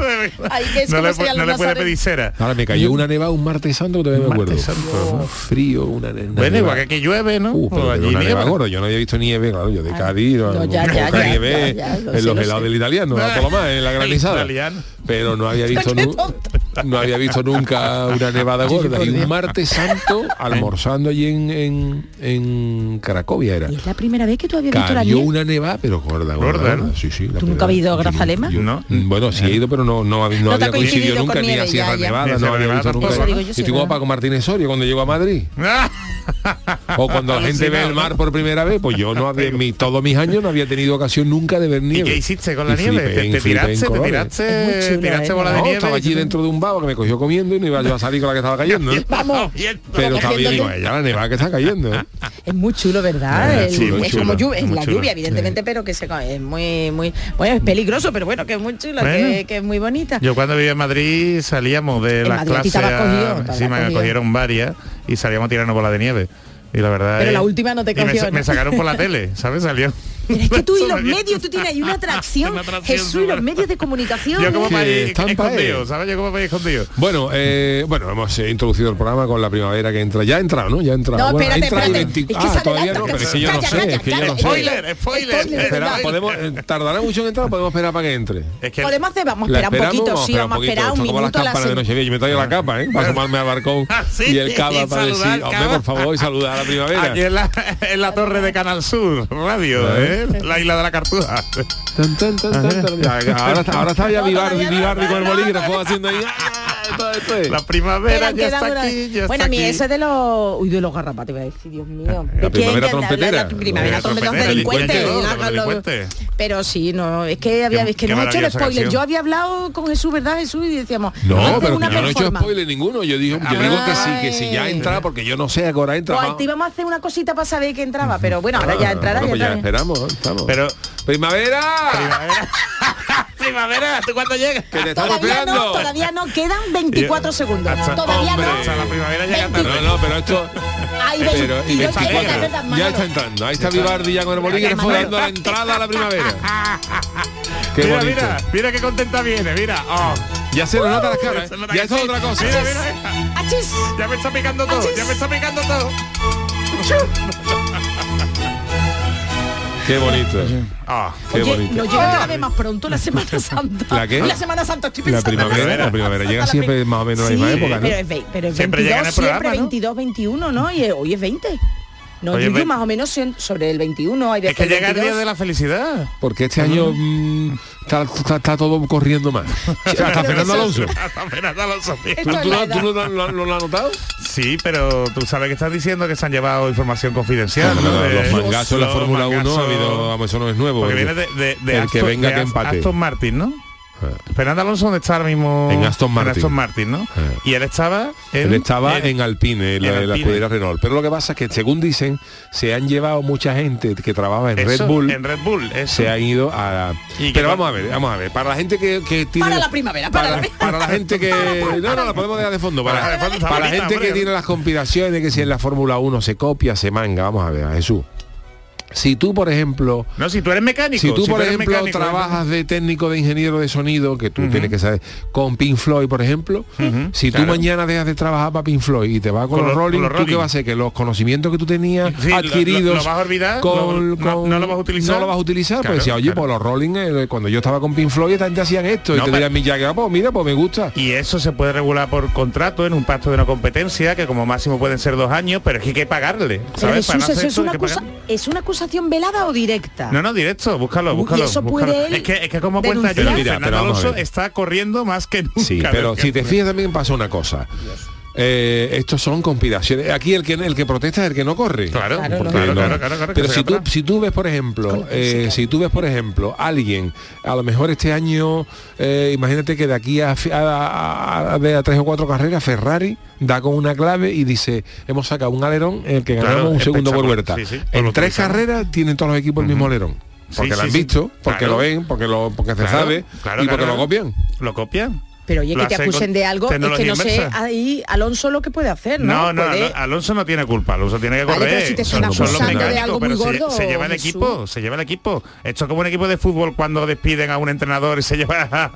S6: Ay, que es
S7: no
S6: como
S7: le,
S6: sería
S7: pu-
S6: lo
S7: no le
S6: más
S7: puede
S6: arena.
S7: pedir cera.
S1: Ahora me cayó una nevada un martes santo que todavía me acuerdo.
S7: Martes santo.
S1: Uf, frío, una, una
S7: Bueno, igual
S1: nevada.
S7: que aquí llueve, ¿no?
S1: Uh, pero
S7: Pues
S1: tengo
S7: allí
S1: una
S7: nieva.
S1: nevada gorda, yo no había visto nieve, claro, yo de Cádiz,
S6: Ah, no,
S1: no,
S6: ya, ya, ya,
S1: nieve
S6: ya, ya, lo
S1: en
S6: sé,
S1: los
S6: lo
S1: helados
S6: sé. Ah.
S1: del italiano, a todo lo más, en la
S7: El
S1: granizada.
S7: italiano.
S1: Pero no había visto nunca, no había visto nunca una nevada gorda. Y un martes santo almorzando allí en, en, en Cracovia era.
S6: Y es la primera vez que tú habías visto la
S1: Cayó
S6: nieve.
S1: una nevada, pero gorda, gorda.
S7: Gorda, ¿no?
S1: gorda. Sí, sí, la
S6: ¿Tú
S1: verdad.
S6: nunca has ido a
S1: Yo
S6: Grazalema?
S1: yo-
S7: No.
S1: Bueno, sí he ido, pero no, no, hab- no
S6: te
S1: había
S6: ha
S1: coincidido
S6: coincidido con
S1: nunca ni a
S6: nieve,
S1: Sierra
S6: ya, ya.
S1: Nevada,
S7: Ni
S1: no
S7: Sierra
S1: había visto
S7: Nevada
S1: nunca.
S7: tampoco.
S6: Eso digo yo,
S1: Yo estoy
S6: Sierra
S1: como
S6: Nevada.
S1: Paco Martínez Soria cuando llegó a Madrid. O cuando la gente ve el mar por primera vez, pues yo no había, en mi- todos mis años no había tenido ocasión nunca de ver nieve.
S7: ¿Y qué hiciste con la
S1: Y
S7: nieve?
S1: flipé
S7: ¿Te,
S1: en-
S7: te
S1: flipé en
S7: tiraste, te
S1: colores.
S7: tiraste,
S6: Es muy chulo,
S7: tiraste
S6: ¿eh?
S7: bola de
S1: No,
S7: nieve?
S1: estaba allí dentro de un vago que me cogió comiendo y no iba yo a salir con la que estaba cayendo. ¿eh?
S7: Vamos.
S1: Pero estaba bien,
S6: cogiéndote.
S1: digo, ya la nevada que está cayendo. ¿eh?
S6: Es muy chulo, ¿verdad?
S1: Ah,
S6: El-
S1: sí, muy
S6: es
S1: chulo,
S6: como lluvia, es
S7: muy
S6: la
S7: chulo.
S6: lluvia, evidentemente, pero que se co- es muy, muy. Bueno, es peligroso, pero bueno, que es muy chula,
S7: Bueno.
S6: que, que es muy bonita.
S7: Yo cuando vivía en Madrid salíamos de
S6: En
S7: las
S6: Madrid a ti
S7: clases,
S6: te habrás cogido,
S7: a-
S6: te habrás
S7: sí, me
S6: cogido.
S7: cogieron varias y salíamos tirando bola de nieve. Y la verdad
S6: Pero
S7: es-
S6: la última no te
S7: y me
S6: cogió,
S7: sa-
S6: ¿no?
S7: Me, sacaron por la tele, ¿sabes? Salieron
S6: Pero es que tú y los
S7: Sobre-
S6: medios, tú tienes ahí una atracción.
S7: Una atracción
S6: Jesús y los
S7: sobre-
S6: medios de comunicación.
S7: Yo como
S1: Que
S7: para ir
S1: están pa'
S7: escondido,
S1: él.
S7: ¿sabes? Yo como para ir escondido.
S1: Bueno, eh, bueno, hemos eh, introducido el programa con la primavera que entra. Ya ha entrado, ¿no? Ya ha entrado.
S6: No,
S1: Bueno, ha
S6: espérate,
S1: entrado
S6: espérate.
S1: el 20
S6: Es que se
S1: Ah, todavía
S6: adelanta,
S1: no,
S6: que
S1: pero es
S6: se-
S1: que yo no
S6: calla,
S1: sé,
S6: calla,
S1: es que yo
S6: calla.
S1: no sé.
S7: Spoiler, spoiler.
S6: Spoiler,
S1: Espera,
S6: ¿verdad?
S1: podemos, eh, tardará mucho en entrar, o podemos esperar para que entre.
S7: Es que
S6: Podemos hacer, vamos a
S1: La
S6: esperar un
S1: esperamos,
S6: poquito, sí, vamos a
S1: poquito.
S6: esperar un
S1: Esto como las
S6: minuto a la
S1: campanas de
S6: señal.
S1: Nochevieja. Yo me traigo la capa, ¿eh? Para asomarme al barcón
S7: Ah, sí,
S1: y el
S7: y
S1: cava para
S7: saludar
S1: decir,
S7: al
S1: hombre,
S7: cava".
S1: por favor, y saludar a la primavera.
S7: Aquí en la, en la torre de Canal Sur Radio, ¿eh? la isla de la Cartuja.
S1: Tan, tan, tan, tan, tan. Ya, ya, ahora, está- ahora está ya Vivardi, Vivardi con el bolígrafo haciendo ahí. ah, esto, esto es.
S7: La primavera
S6: Esperan,
S7: ya
S6: quedan
S7: está
S6: una-
S7: aquí, ya
S6: bueno,
S7: está
S6: a mí
S7: aquí.
S6: eso de los... Uy, de los garrapatos, iba a decir, Dios mío.
S1: La
S6: ¿De quién?
S1: primavera
S6: ¿De la- la-
S1: trompetera.
S6: La, primavera
S1: La
S6: trompetera,
S1: trompetera,
S6: delincuente.
S7: delincuente,
S6: ah,
S7: no,
S6: lo-
S7: delincuente.
S6: Pero sí, no, es que había,
S7: Qué-
S6: es que
S7: qué
S6: no ha hecho el
S7: maravillosa
S6: spoiler.
S7: canción.
S6: Yo había hablado con Jesús, ¿verdad, Jesús? Y decíamos,
S1: No,
S6: hace
S1: pero
S6: una
S1: que yo no he hecho
S6: performance.
S1: spoiler ninguno. Yo digo, yo digo que sí, que si ya
S6: Ay.
S1: entra, porque yo no sé a qué hora entra.
S6: Pues
S1: vamos.
S6: te íbamos a hacer una cosita para saber que entraba, pero bueno, ahora ya
S1: Ah,
S6: entrará,
S1: bueno, pues
S6: ya
S1: ya
S6: entrará.
S1: esperamos, ¿no? estamos.
S7: Pero-
S1: primavera,
S7: Primavera. primavera, ¿tú cuándo llegas?
S1: que te estamos
S6: Todavía
S1: esperando.
S6: no, todavía no, quedan 24
S1: eh,
S7: Yo-
S6: segundos.
S7: Hasta-
S6: Todavía
S7: hombre,
S6: no.
S7: hasta la primavera llega tarde.
S1: No, no, pero esto
S6: Hay
S1: pero
S6: 22
S1: está
S6: que
S1: entrando.
S6: quedan, ¿verdad, Manolo?
S1: ya está entrando. Ahí está Vivardi ya con el bolígrafo
S6: Manolo.
S1: dando la entrada a la primavera. Qué
S7: mira,
S1: bonito.
S7: mira, mira qué contenta viene, mira. Oh.
S1: Ya se nos nota las caras.
S7: Se
S1: ¿eh?
S7: nota que
S1: Ya esto es
S7: sí.
S1: otra cosa.
S7: Mira, mira, mira.
S6: ¡Achis!
S7: Ya me está picando todo, ya me está picando todo.
S1: Qué bonito.
S7: Ah,
S1: Qué
S6: Oye,
S1: bonito.
S6: no llega cada vez más pronto la Semana Santa.
S1: ¿La qué?
S6: Semana Santa, estoy
S1: La
S6: pensando.
S1: primavera, la primavera. Llega siempre más o menos a la
S6: Sí,
S1: misma época, ¿no?
S6: pero es, ve- pero es 22,
S7: Siempre llega en el
S6: siempre
S7: programa, ¿no?
S6: 22, 21, ¿no? Y eh, hoy es 20. No,
S7: Hoy es
S6: yo digo
S7: 20.
S6: más o menos son- sobre el 21. Hay
S7: es que
S6: veces
S7: llega el día
S6: 22.
S7: de la felicidad.
S1: Porque este año mm, está, está- está todo corriendo más. Hasta Fernando Alonso.
S7: Hasta Fernando Alonso. sí.
S1: ¿Tú,
S6: Esto es
S1: tú
S6: la
S1: no- tú no lo, lo- lo has notado?
S7: Sí, pero tú sabes que estás diciendo que se han llevado información confidencial. ¿no? De-
S1: los mangazos en la
S7: los
S1: Fórmula 1 ha
S7: mangazos-
S1: habido, vamos, eso no es nuevo.
S7: Porque viene de, de- de
S1: el que
S7: Aston-
S1: venga
S7: de
S1: que
S7: As-
S1: empate.
S7: Aston Martin, ¿no?
S1: Ah.
S7: Fernando Alonso ¿dónde está ahora mismo
S1: En Aston Martin.
S7: Martin, ¿no?
S1: Ah.
S7: Y él estaba en,
S1: Él estaba en, Alpine, en la,
S7: en
S1: la
S7: Alpine.
S1: escudería Renault. Pero lo que pasa es que, según dicen, se han llevado mucha gente que trabaja en
S7: eso,
S1: Red Bull.
S7: En Red Bull, eso.
S1: se han ido a
S7: Y que-
S1: pero vamos a ver vamos a ver para la gente que, que tiene
S6: Para la primavera, para la primavera.
S1: para la gente que no no la podemos dejar de fondo
S7: Para
S1: para,
S7: la de fondo,
S1: para la
S7: bonita,
S1: gente que
S7: hombre.
S1: tiene las conspiraciones que si en la Fórmula 1 se copia se manga vamos a ver Jesús si tú por ejemplo
S7: No, si tú eres mecánico.
S1: si tú, por
S7: eres
S1: ejemplo,
S7: mecánico, ¿eh?
S1: trabajas de técnico de ingeniero de sonido, que tú tienes que saber, con Pink Floyd, por ejemplo, si tú
S7: claro.
S1: mañana dejas de trabajar para Pink Floyd y te vas con,
S7: Con
S1: los
S7: lo- con
S1: Rolling,
S7: los
S1: ¿tú qué
S7: Rolling.
S1: vas a hacer? Que los conocimientos que tú tenías
S7: Sí, lo- lo-
S1: adquiridos...
S7: lo vas a olvidar, lo- no- no lo vas a utilizar.
S1: No lo vas a utilizar,
S7: Claro,
S1: pues decía, oye,
S7: claro.
S1: pues los Rolling, eh, cuando yo estaba con Pink Floyd, esta gente hacían esto,
S7: No,
S1: y te
S7: pa-
S1: dirían, mi jaque, ah, pues mira, pues me gusta.
S7: Y eso se puede regular por contrato en un pacto de no competencia, que como máximo pueden ser dos años, pero es que hay que pagarle.
S6: Pero
S7: ¿Sabes?
S6: Jesús,
S7: Para no hacer
S6: ¿eso es
S7: esto hay
S6: una,
S7: que
S6: acusa-
S7: pagar.
S6: ¿es una acusación velada o directa?
S7: No, no, directo, búscalo,
S6: Uy,
S7: búscalo.
S6: ¿y eso
S7: búscalo.
S6: puede él
S7: es, que, es que como cuenta
S6: denunciar?
S7: yo,
S6: Pero
S1: mira,
S7: Fernando
S1: pero vamos a
S7: Alonso
S1: ver.
S7: está corriendo más que nunca.
S1: Sí, pero
S7: porque-
S1: si te fijas también pasa una cosa. Eh, estos son conspiraciones. Aquí el que el que protesta es el que no corre.
S7: Claro,
S6: Claro,
S1: Porque
S7: porque claro,
S1: no.
S7: claro, claro, claro, que
S1: pero
S7: se
S1: si tú,
S7: atrás.
S1: si tú ves, por ejemplo, eh, si tú ves, por ejemplo, alguien, a lo mejor este año, eh, imagínate que de aquí a, fi- a- a- a- de a tres o cuatro carreras, Ferrari da con una clave y dice, hemos sacado un alerón en el que
S7: Claro,
S1: ganamos un segundo por vuelta.
S7: espectacular. Sí, sí, pues
S1: En
S7: lo
S1: tres
S7: utilizamos.
S1: carreras tienen todos los equipos el mismo alerón. Porque
S7: Sí,
S1: lo han
S7: sí, sí.
S1: visto, porque
S7: Claro.
S1: lo ven, porque lo porque se
S7: Claro,
S1: sabe
S7: claro,
S1: y porque
S7: claro.
S1: lo copian.
S7: Lo copian.
S6: Pero oye,
S7: Lo
S6: que te
S7: hace con
S6: acusen de algo, es que
S7: tecnología
S6: no sé
S7: inversa.
S6: ahí Alonso lo que puede hacer, ¿no?
S7: No, no,
S6: Puede-
S7: Alon- Alonso no tiene culpa, Alonso tiene que
S6: Vale,
S7: correr.
S6: pero si te están
S7: son- son los
S1: acusando de
S7: mecánicos,
S6: algo
S7: pero
S6: muy
S7: se lle-
S6: gordo,
S7: se, lleva el
S6: Jesús.
S7: equipo, se lleva el equipo. Esto es como un equipo de fútbol cuando despiden a un entrenador y se lleva a-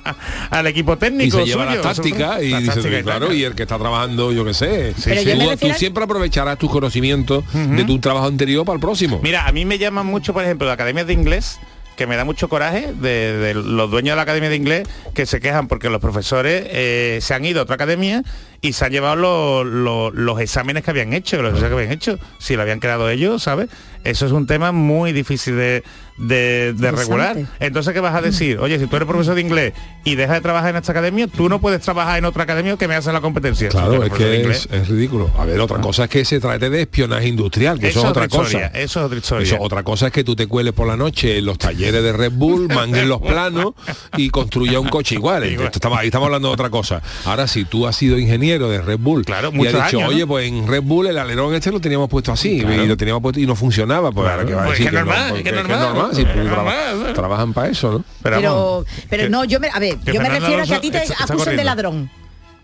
S7: al equipo
S1: y
S7: técnico.
S1: se lleva
S7: suyo,
S1: la táctica
S7: nosotros-
S1: y
S7: la
S1: dice,
S7: táctica
S1: claro,
S7: tal.
S1: y el que está trabajando, yo qué sé.
S6: Pero
S1: tú,
S6: yo me
S1: tú
S6: refiero-
S1: siempre aprovecharás tus conocimientos de tu trabajo anterior para el próximo.
S7: Mira, a mí me llaman mucho, por ejemplo, de academias de inglés que me da mucho coraje de, de los dueños de la academia de inglés que se quejan porque los profesores eh, se han ido a otra academia y se han llevado lo- lo- los exámenes que habían hecho, los exámenes que habían hecho, si lo habían creado ellos, ¿sabes? Eso es un tema muy difícil de, de- de regular. Entonces, ¿qué vas a decir? Oye, si tú eres profesor de inglés y dejas de trabajar en esta academia, tú no puedes trabajar en otra academia que me hace la competencia. Si tú
S1: Claro, es
S7: eres
S1: eh,
S7: profesor de
S1: que
S7: inglés.
S1: es, es ridículo. A ver, otra cosa es que se trate de espionaje industrial, que eso, es otra
S7: historia,
S1: cosa.
S7: Eso es otra historia.
S1: Eso, otra cosa es que tú te cueles por la noche en los talleres de Red Bull, mangues los planos y construya un coche igual. Esto estamos- ahí estamos hablando de otra cosa. Ahora, si tú has sido ingeniero de Red Bull
S7: Claro,
S1: y has
S7: muchos
S1: dicho,
S7: años, ¿no?
S1: oye, pues en Red Bull el alerón este lo teníamos puesto así y lo teníamos puesto y no funcionaba, pues
S7: Claro.
S1: ahora que va a
S7: Pues
S1: decir
S7: es que
S1: no,
S7: normal,
S1: porque
S7: es que
S1: es
S7: normal,
S1: si
S7: es
S1: tú traba-
S7: normal.
S1: trabajan para eso, ¿no?
S6: pero pero
S7: vamos,
S6: pero
S7: que-
S6: no, yo me, a ver,
S7: que
S6: yo me
S7: Fernando
S6: refiero a que a
S7: Alonso
S6: ti te
S7: está- está
S6: acusan de
S7: corriendo.
S6: ladrón.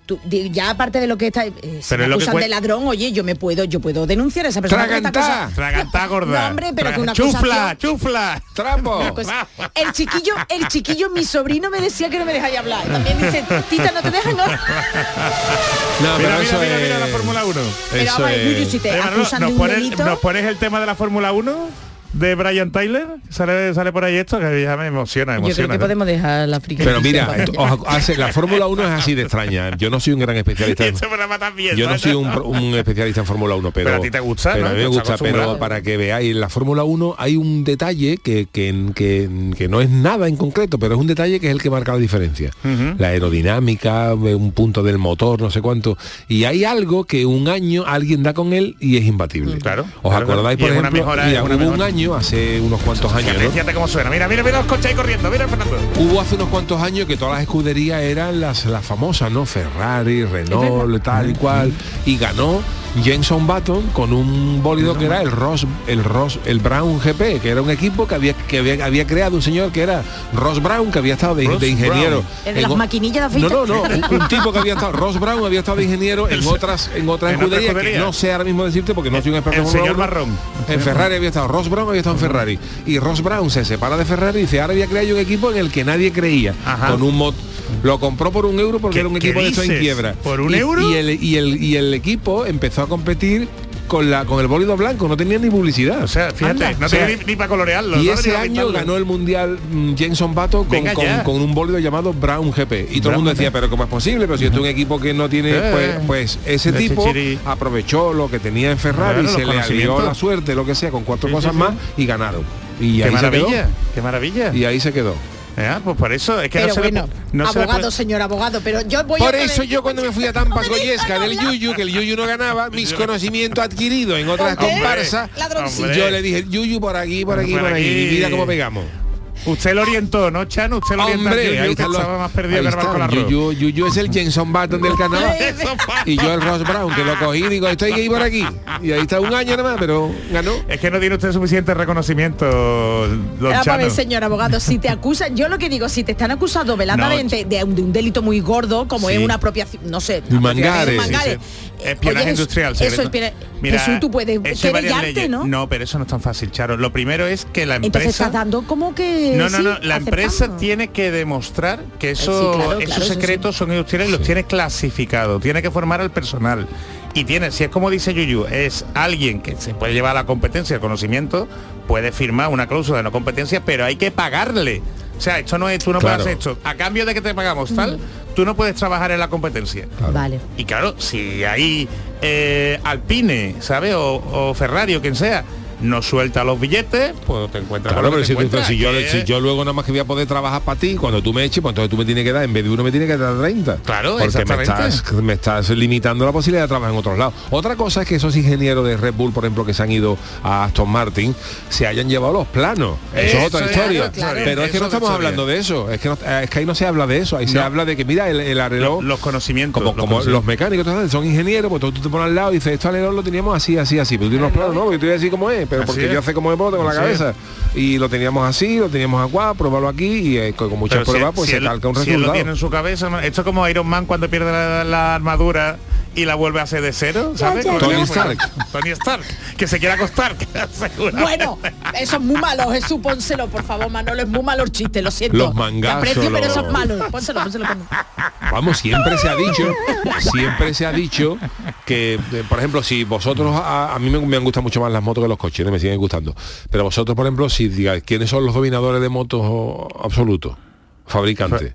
S6: tú- di- ya aparte de lo que está eh, si
S7: Pero
S6: me
S7: es lo que
S6: acusan de
S7: cue-
S6: ladrón, oye, yo me puedo, yo puedo denunciar a esa persona. que está
S1: Tragantá.
S6: acusada.
S7: Tragantá gorda.
S6: No, hombre, pero que una
S7: chufla,
S6: acusación-
S7: chufla.
S1: Trapo.
S6: una cosa- El chiquillo, el chiquillo, mi sobrino me decía que no me dejáis hablar. Y También dice, tita, no te dejan hablar.
S1: No,
S7: Mira,
S1: pero
S7: mira,
S1: eso
S7: mira, mira
S1: es-
S7: la Fórmula 1.
S6: Pero
S1: Eso
S6: vamos, Yuyu, si
S1: es...
S6: te
S7: Oye, Manolo,
S6: acusan
S7: ¿nos,
S6: de un
S7: pones,
S6: delito.
S7: nos pones el tema de la Fórmula 1 de Brian Tyler? Sale, sale por ahí esto, que ya me emociona,
S6: Yo creo
S7: emociona.
S6: que podemos dejar la friquicia
S1: Pero mira,
S6: para-
S1: os acu- hace- la Fórmula 1 es así de extraña. Yo no soy un gran
S7: Y
S1: especialista. en-
S7: este programa también,
S1: Yo no
S7: ¿sabes?
S1: soy un, pro- un especialista en Fórmula 1, pero,
S7: Pero a ti te gusta,
S1: pero
S7: ¿no?
S1: a mí me
S7: Estás
S1: gusta, pero
S7: acostumbrado.
S1: para que veáis, en la Fórmula 1 hay un detalle que, que, que- que no es nada en concreto, pero es un detalle que es el que marca la diferencia. La aerodinámica, un punto del motor, no sé cuánto. Y hay algo que un año alguien da con él y es imbatible.
S7: Claro,
S1: ¿Os
S7: claro,
S1: acordáis,
S7: y
S1: por
S7: es una
S1: ejemplo,
S7: mejora,
S1: mira,
S7: es una
S1: hubo un
S7: mejora.
S1: año, hace unos cuantos años,
S7: Fíjate,
S1: ¿no?
S7: fíjate cómo suena. Mira, mira, mira los coches ahí corriendo. Mira, Fernando.
S1: Hubo hace unos cuantos años que todas las escuderías eran las, las famosas, ¿no? Ferrari, Renault, tal y cual. Y ganó Jenson Button con un bólido que era el Ross, el Ross, el Brown GP, que era un equipo que había, que había, había creado un señor que era Ross Brown, que había estado de,
S7: Ross
S1: de ingeniero.
S7: Brown.
S6: El de las
S1: En o-
S6: maquinillas de
S1: No,
S6: afeitar.
S1: no, no. Un, un tipo que había estado, Ross Brown había estado de ingeniero en otras, en otras
S7: en otra
S1: escuderías,
S7: escudería.
S1: que no sé ahora mismo decirte porque no soy un experto
S7: El
S1: en Fórmula
S7: señor
S1: 1.
S7: marrón.
S1: En Ferrari había estado Ross Brown, había estado en Ferrari. Y Ross Brown se separa de Ferrari y dice, ahora voy a crear yo un equipo en el que nadie creía.
S7: Ajá.
S1: Con un mod. Lo compró por un euro porque
S7: ¿Qué-
S1: era un
S7: qué
S1: equipo de hecho en
S7: dices?
S1: quiebra.
S7: ¿Por un
S1: Y-
S7: euro?
S1: Y el, y, el, y el equipo empezó a competir con, la, con el bólido blanco, no tenía ni publicidad.
S7: O sea, fíjate,
S1: Anda.
S7: no
S1: O sea,
S7: tenía ni, para
S1: y
S7: colorearlo. ¿no? Ni
S1: ese
S7: pa'
S1: año
S7: pintarlo.
S1: ganó el mundial mm, Jenson Button con,
S7: Venga
S1: con-
S7: ya.
S1: con un bólido llamado Brown GP. Y todo el
S7: Brown
S1: mundo decía,
S7: GP.
S1: pero ¿cómo es posible? Pero si esto es un equipo que no tiene,
S7: Eh,
S1: pues, pues ese
S7: de
S1: tipo
S7: chichiri.
S1: aprovechó lo que tenía en Ferrari,
S7: Claro,
S1: se
S7: los
S1: le alió
S7: conocimientos.
S1: la suerte, lo que sea, con cuatro
S7: Sí, sí,
S1: cosas
S7: sí.
S1: más y ganaron. Y
S7: Qué
S1: ahí se quedó.
S7: maravilla, qué maravilla.
S1: Y ahí se quedó.
S7: Ah, pues por eso, es que
S6: Pero
S7: no se le
S6: bueno,
S7: pu- no se le
S6: abogado,
S7: pu-
S6: señor abogado, pero yo voy a
S1: Por
S6: poner-
S1: eso yo cuando me fui a Tampa Goyesca del Yuyu, que el Yuyu no ganaba, mis conocimientos adquiridos en otras
S6: Hombre,
S1: comparsas,
S6: ladroncillo.
S1: yo le dije, Yuyu por aquí, por aquí,
S7: Por
S1: por aquí,
S7: aquí.
S1: y mira cómo pegamos.
S7: Usted lo orientó, ¿no, Chano? Usted lo orientó.
S1: Hombre,
S7: Yo- yo
S1: ahí
S7: que
S1: están los-
S7: estaba más perdido
S1: ahí
S7: que el barco
S1: están.
S7: al arroz.
S1: Yuyu, Yuyu es el Jenson Button del carnaval.
S7: Eso pasa.
S1: y yo el Ross Brown, que lo cogí y digo, estoy que ir por aquí. Y ahí está un año nada más, pero ganó.
S7: Es que no tiene usted suficiente reconocimiento, don
S6: Vamos a
S7: Chano.
S6: ver, señor abogado, si te acusan, yo lo que digo, si te están acusando veladamente de, un, de un delito muy gordo, como
S7: Sí.
S6: es una apropiación, no sé,
S1: Y mangares.
S6: apropiación de eh,
S7: Sí, sí. Espionaje
S6: Oye,
S7: industrial.
S6: Eso, eso
S7: secreto.
S6: espionaje-
S7: Mira,
S6: Jesús, tú puedes
S7: eso hay varias
S6: querellarte,
S7: leyes.
S6: ¿no?
S7: No, pero eso no es tan fácil, Charo. Lo primero es que la
S6: Entonces
S7: empresa...
S6: estás dando como que.
S7: No, no,
S6: Eh, sí,
S7: no. La empresa
S6: aceptando.
S7: tiene que demostrar que eso,
S6: sí, claro,
S7: esos
S6: claro, sí,
S7: secretos son industriales y los tiene clasificados. Tiene que formar al personal. Y tiene, si es como dice Yuyu, es alguien que se puede llevar a la competencia, el conocimiento, puede firmar una cláusula de no competencia, pero hay que pagarle. O sea, esto no es, tú no
S1: Claro.
S7: puedes hacer esto. A cambio de que te pagamos tal, tú no puedes trabajar en la competencia.
S6: Vale.
S7: Y claro, si ahí eh, Alpine, ¿sabes? O, o Ferrari o quien sea, no suelta los billetes, pues te encuentras
S1: Claro,
S7: con lo
S1: pero
S7: que
S1: si,
S7: te encuentras,
S1: si yo,
S7: que
S1: si
S7: es-
S1: yo luego nada más que voy a poder trabajar para ti, cuando tú me eches, pues entonces tú me tienes que dar, en vez de uno me tienes que dar 30.
S7: Claro,
S1: porque me
S7: exactamente.
S1: estás, me estás limitando la posibilidad de trabajar en otros lados. Otra cosa es que esos ingenieros de Red Bull, por ejemplo, que se han ido a Aston Martin, se hayan llevado los planos. Eso, es
S7: Eso
S1: otra
S7: es
S1: historia.
S7: otra historia.
S1: Pero es que
S7: Eso
S1: no
S7: es
S1: estamos
S7: otra
S1: hablando de eso. Es que, no- eh, es que ahí no se habla de eso. Ahí se
S7: No.
S1: habla de que, mira, el, el
S7: Lo-
S1: arreglo...
S7: los conocimientos.
S1: como,
S7: los
S1: como
S7: conocimientos.
S1: los mecánicos tal, son ingenieros, pues tú tú te pones al lado y dices, esto alerón lo teníamos así, así, así. Pero tú tienes los planos, no, porque tú así como es, pero
S7: Así
S1: porque
S7: es.
S1: yo hace como es porque tengo la
S7: Así
S1: cabeza. Y lo teníamos así, lo teníamos acá, probarlo aquí y eh, con con muchas
S7: Pero si-
S1: pruebas pues
S7: si
S1: se
S7: él-
S1: calca un
S7: si él lo tiene
S1: resultado.
S7: en su cabeza, man- esto es como Iron Man cuando pierde la, la armadura y la vuelve a hacer de cero, ¿sabes? Con-
S1: Tony Stark.
S7: Tony Stark, que se quiera acostar. seguramente.
S6: Bueno, eso es muy malo, Jesús, pónselo, por favor, Manolo, es muy malo el chiste, lo siento.
S1: Los mangazos,
S6: Te aprecio, pero
S1: los-
S6: eso es malo. Pónselo, pónselo, pónselo.
S1: Vamos, siempre se ha dicho, siempre se ha dicho que, eh, por ejemplo, si vosotros, a, a mí me, me gustan mucho más las motos que los coches, ¿eh? me siguen gustando. Pero vosotros, por ejemplo, si digáis, ¿quiénes son los dominadores de motos absolutos? Fabricantes.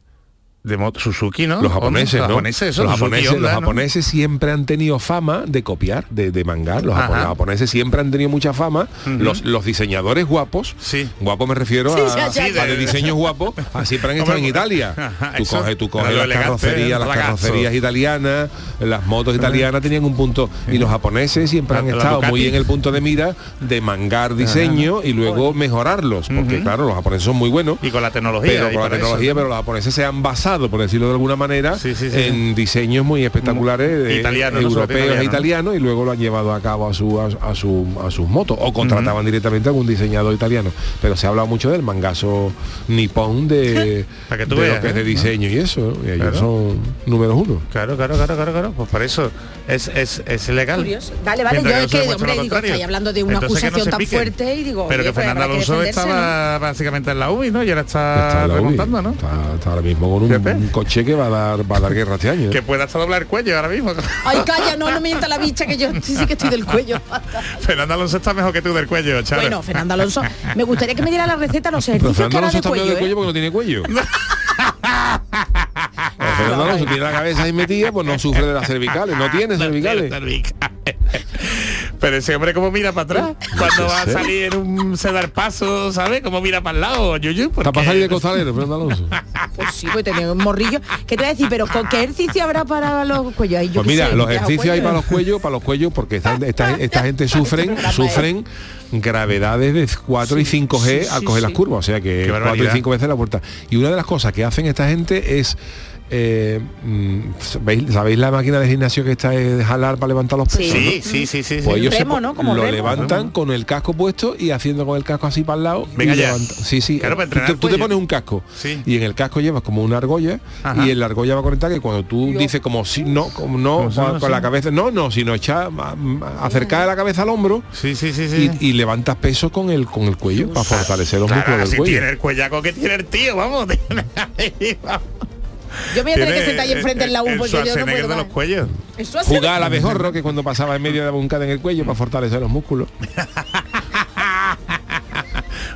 S7: De mo- Suzuki, ¿no?
S1: Los japoneses, ¿no?
S7: Honda, Los japoneses, eso,
S1: los,
S7: Suzuki,
S1: japoneses,
S7: Honda,
S1: los
S7: ¿no?
S1: japoneses siempre han tenido fama de copiar, de, de mangar. Los, japo-
S7: Ajá.
S1: los japoneses siempre han tenido mucha fama. los, los diseñadores guapos,
S7: Sí.
S1: guapos me refiero
S6: Sí, ya,
S1: a,
S6: ya,
S1: a
S7: ya.
S1: de diseños guapos, ah, siempre han estado en
S7: Hombre,
S1: Italia.
S7: ajá,
S1: Tú
S7: eso,
S1: coges, tú coges
S7: lo
S1: las
S7: elegante,
S1: carrocerías, las
S7: ragazzo.
S1: carrocerías italianas, las motos italianas tenían un punto. Y los japoneses siempre han
S7: La- la
S1: estado muy
S7: Ducati.
S1: en el punto de mira de mangar diseño y luego mejorarlos. Porque claro, los japoneses son muy buenos.
S7: Y con la tecnología.
S1: Pero con
S7: y
S1: la
S7: para eso.
S1: tecnología, pero los japoneses se han basado basado, por decirlo de alguna manera,
S7: Sí, sí, sí.
S1: en diseños muy espectaculares de-
S7: Italiano, ¿no? Sobre todo
S1: europeos e
S7: italiano, ¿no?
S1: italianos y luego lo han llevado a cabo a, su, a, a su- a sus motos o contrataban directamente a algún diseñador italiano. Pero se ha hablado mucho del mangaso nipón de,
S7: Para que tú
S1: de lo
S7: veas,
S1: que es
S7: ¿eh?
S1: de diseño y eso. ¿no? Y ellos
S7: Claro.
S1: son números uno.
S7: Claro, claro, claro, claro, claro. Pues para eso es, es, es legal.
S6: Curioso. Vale, vale,
S7: Mientras
S6: yo
S7: no
S6: es
S7: se
S6: que,
S7: demuestre
S6: hombre,
S7: lo
S6: digo,
S7: contrario.
S6: estáis hablando de una
S7: Entonces, que no
S6: acusación
S7: se
S6: tan
S7: piquen.
S6: fuerte y digo,
S7: Pero
S6: oye,
S7: que
S6: pues
S7: Fernando
S6: habrá que
S7: Alonso
S6: defenderse,
S7: estaba básicamente en la UBI, ¿no? Y ahora
S1: Está
S7: está,
S1: la UBI.
S7: remontando, ¿no?
S1: Está, está ahora mismo con un,
S7: Pepe.
S1: un coche que va a dar, va a dar guerra este año. ¿eh?
S7: Que pueda hasta doblar el cuello ahora mismo.
S6: Ay, calla, no, no mienta la bicha que yo sí, sí que estoy del cuello.
S7: Fernando Alonso está mejor que tú del cuello, Charo.
S6: Bueno, Fernando Alonso, me gustaría que me diera la receta los
S1: Pero
S6: ejercicios que
S1: Fernando
S6: hará
S1: Alonso
S6: de
S1: está medio
S6: cuello.
S1: de cuello
S6: ¿eh?
S1: porque no tiene cuello. Pero Fernando Alonso tiene la cabeza ahí metida, pues no sufre de las cervicales, no tiene cervicales.
S7: Pero ese hombre como mira para atrás cuando va a
S1: Ah, sé.
S7: salir en un cedar paso, ¿sabes? Como mira para el lado, Yuyu.
S1: Está
S7: porque-
S1: para salir de costalero, Fernando Alonso.
S6: Pues sí, pues tenía un morrillo. ¿Qué te voy a decir? Pero ¿con qué ejercicio habrá para los cuellos? Ay, yo
S1: Pues
S6: qué
S1: mira,
S6: sé,
S1: los
S6: ya,
S1: ejercicios hay
S6: cuello.
S1: para los cuellos, para los cuellos, porque esta, esta- esta gente sufren, sufren gravedades de 4 y 5G al coger las curvas, o sea que
S7: Qué
S1: 4 y
S7: barbaridad.
S1: 5 veces la puerta. Y una de las cosas que hacen esta gente es... eh, mm, ¿sabéis, sabéis la máquina de gimnasio que está eh, de jalar para levantar los
S6: Sí.
S1: pesos? no?
S7: Sí, sí, sí, sí. sí.
S1: Pues ellos se
S6: remo,
S1: po-
S6: ¿no? Como
S1: lo
S6: remo.
S1: levantan con el casco puesto y haciendo con el casco así para el lado. y
S7: Venga ya.
S1: levanta- Sí, sí.
S7: Claro, para
S1: tú, te-
S7: entrenar
S1: tú te
S7: cuello.
S1: pones un casco
S7: Sí.
S1: y en el casco llevas como una argolla
S7: Ajá.
S1: y en la argolla va conectada que cuando tú dices como si no, como no,
S7: Como si no,
S1: con, con la
S7: sí.
S1: cabeza, no, no, sino echar ma- ma- acercar la cabeza al hombro
S7: Sí, sí, sí,
S1: y,
S7: sí.
S1: y levantas peso con el con el cuello para fortalecer los
S7: Claro,
S1: músculos
S7: así
S1: del cuello.
S7: tiene el cuellaco que tiene el tío, vamos. tiene ahí, vamos.
S6: Yo me voy a tener que
S7: Tiene
S6: sentar ahí enfrente en la U
S7: el
S6: porque yo no
S7: Schwarzenegger
S6: puedo
S7: de
S6: más.
S7: los cuellos.
S6: Eso hace-
S1: Jugar al abejorro que cuando pasaba en medio de la buncada en el cuello para fortalecer los músculos.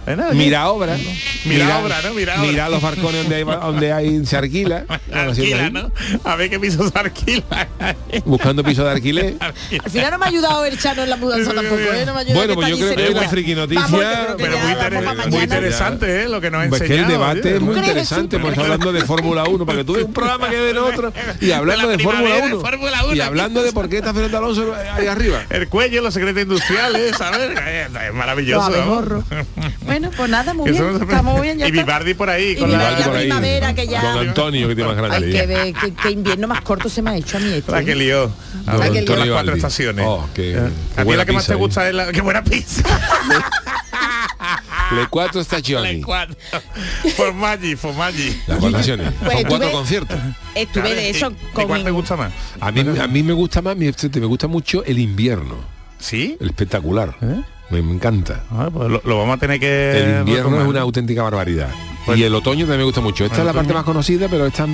S7: Bueno, oye,
S1: Mira obra.
S7: Mira obra, ¿no? Mira obra.
S1: mira los balcones donde hay, donde hay se arquila.
S7: Alquila, ¿no? A ver qué piso se alquila.
S1: Buscando piso de alquiler.
S6: Al final no me ha ayudado el Chano en la mudanza tampoco, ¿eh? No me ha ayudado que
S1: Bueno, pues
S6: está
S1: yo
S6: allí
S1: creo que
S6: cerca.
S1: la friki noticia-
S6: Vamos, yo creo que
S7: Pero
S6: ya
S7: muy,
S6: vamos
S7: inter-
S6: pa'
S7: muy
S6: mañana.
S7: interesante, ¿eh? Lo que nos ha
S1: Es que
S7: enseñado. ¿eh?
S1: el debate
S7: oye.
S1: es muy
S6: ¿Tú crees que
S1: interesante,
S6: sí?
S1: porque está hablando de Fórmula 1, para que tú veas un programa que de otro y
S7: De
S1: hablando
S7: la
S1: de Fórmula
S7: primavera de
S1: 1.
S7: Fórmula 1.
S1: Y hablando de por qué está Fernando Alonso ahí arriba.
S7: El cuello, los secretos industriales, ¿sabes? Eh, Es maravilloso.
S6: Los
S7: vamos.
S6: abejorros. Bueno, pues nada, muy
S7: Que
S6: bien.
S7: somos-
S6: Estamos bien, ya
S7: y
S6: está.
S7: Vivardi por ahí.
S6: Y
S7: con
S6: Vivardi
S7: la,
S6: por ahí. primavera que ya-
S1: Con Antonio, que tiene más grande.
S6: Ay, qué,
S1: ya.
S6: ve- qué- qué invierno más corto se me ha hecho a mí esto.
S1: Ah,
S7: la que
S6: ¿eh?
S7: lió. A
S1: Don
S6: que
S7: ver, todas las
S1: Antonio
S7: Ah, cuatro
S1: Valdi.
S7: estaciones. Ah,
S1: Oh, qué- qué
S7: a mí la
S1: buena
S7: que más
S1: pizza,
S7: te
S1: ¿eh?
S7: gusta es la... ¡Qué buena pizza!
S1: Le cuatro estaciones.
S7: La cuatro. Formaggi, Formaggi.
S1: Las cuatro estaciones.
S6: Pues
S1: Son
S6: tú
S1: cuatro
S6: ves-
S1: conciertos.
S6: Estuve de eso
S7: ¿Y- y
S6: con
S7: ¿Cuál te
S6: mi-
S7: gusta más?
S1: A mí, a mí me gusta más, mi- me gusta mucho el invierno,
S7: ¿Sí?
S1: el espectacular.
S7: ¿Eh?
S1: Me- me encanta.
S7: Ah, pues lo, lo vamos a tener que...
S1: El invierno
S7: retomar.
S1: es una auténtica barbaridad.
S7: Pues-
S1: y el otoño también me gusta mucho. Esta
S7: El
S1: es la parte
S7: otoño.
S1: más conocida, pero esta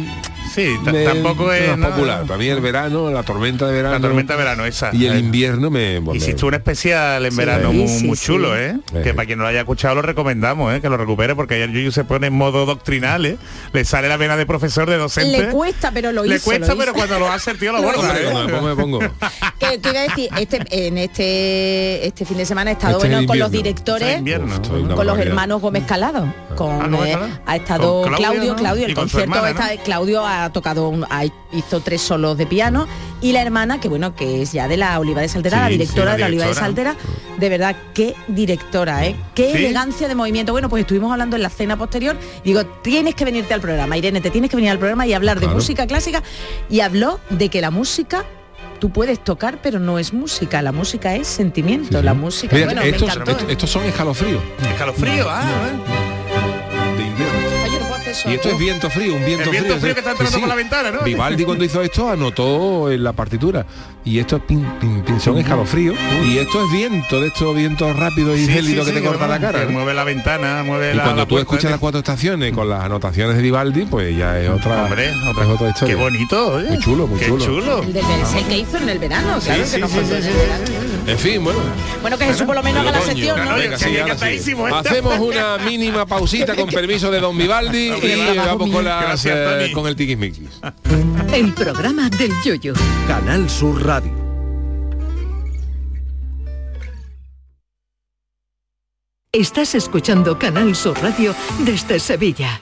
S7: Sí, ta-
S1: me-
S7: tampoco es...
S1: más
S7: nada-
S1: popular. Para mí el verano, la tormenta de verano.
S7: La tormenta de verano, esa.
S1: Y el
S7: Ahí.
S1: invierno me bueno,
S7: Hiciste un especial en verano
S1: sí,
S7: muy,
S6: sí,
S7: muy
S6: sí.
S7: chulo, ¿eh?
S1: Eh.
S7: Que para quien no lo haya escuchado lo recomendamos, ¿eh? Que lo recupere porque ayer Yuyu se pone en modo doctrinal, ¿eh? Le sale la vena de profesor, de docente.
S6: Le cuesta, pero lo
S7: Le
S6: hizo,
S7: cuesta,
S6: lo
S7: pero
S6: hizo.
S7: cuando lo hace el tío lo
S6: Lo
S7: borda,
S6: hizo.
S1: Cuando me pongo,
S7: ¿eh?
S1: me pongo.
S6: Que te iba a decir, este, en este, este fin de semana he estado
S1: Este es
S6: bueno,
S1: el
S6: con los
S1: invierno. Este
S7: Está en
S6: directores,
S7: invierno.
S1: Uf, esto es una
S6: con los
S1: barbaridad.
S6: hermanos Gómez Calado.
S7: Ah,
S6: Con,
S7: Gómez
S6: eh,
S7: Calado.
S6: ha estado
S7: Con
S6: Claudio,
S7: Claudio,
S6: Claudio,
S7: ¿no?
S6: el
S7: Y con su
S6: concierto
S7: hermana,
S6: está,
S7: ¿no?
S6: Claudio ha tocado un- ha- hizo tres solos de piano y la hermana, que bueno, que es ya de la Oliva de Saltera,
S7: Sí,
S6: la
S7: sí,
S6: directora
S7: la
S6: de la Oliva de
S7: directora.
S6: Saltera, de verdad, qué directora, ¿eh?
S1: Mm.
S6: Qué
S7: Sí.
S6: elegancia de movimiento. Bueno, pues estuvimos hablando en la cena posterior, digo, tienes que venirte al programa, Irene, te tienes que venir al programa y hablar
S1: Claro.
S6: de música clásica y habló de que la música tú puedes tocar, pero no es música. La música es sentimiento.
S1: Sí,
S6: La
S1: sí.
S6: música.
S1: Mira,
S6: bueno,
S1: estos,
S6: me encantó. ¿eh?
S1: estos- estos son escalofríos
S7: Escalofrío, ah, ¿eh?
S1: de invierno.
S6: Ay, yo no puedo hacer eso.
S1: Y esto es viento frío, un viento
S7: El viento frío que está entrando por la ventana, ¿no?
S1: Vivaldi cuando hizo esto anotó en la partitura. Y esto es pin, pin, pin, son escalofríos. Y esto es viento, de estos vientos rápidos y
S7: Sí, sí,
S1: gélidos
S7: sí,
S1: que te cortan la
S7: vamos,
S1: cara.
S7: que
S1: ¿no?
S7: Mueve la ventana, mueve
S1: Y
S7: la.
S1: cuando
S7: la
S1: tú
S7: puerta,
S1: escuchas
S7: ¿eh?
S1: las cuatro estaciones con las anotaciones de Vivaldi, pues ya es otra,
S7: Hombre,
S1: otra, es otra historia.
S7: Qué bonito, oye.
S1: Muy chulo, muy
S7: Qué
S1: chulo.
S6: El de el que hizo en el verano, claro
S7: sí,
S6: que no
S7: sí,
S6: fue
S7: sí,
S6: en el
S7: sí,
S6: verano.
S1: En fin, bueno.
S6: Bueno, que Jesús por lo menos haga la
S1: Coño,
S6: sección,
S1: no,
S6: ¿no?
S1: no,
S7: Oye,
S1: venga,
S7: que
S1: sí,
S7: ya
S1: ahora
S7: está
S1: sí.
S7: encima, ¿eh?
S1: Hacemos una mínima pausita con permiso de Don Vivaldi
S7: Don
S1: y
S7: Vivaldi.
S1: vamos con, las,
S7: Gracias,
S1: eh,
S7: Tony.
S1: con el tiquismiquis.
S4: El programa del yoyo.
S3: Canal Sur Radio.
S4: Estás escuchando Canal Sur Radio desde Sevilla.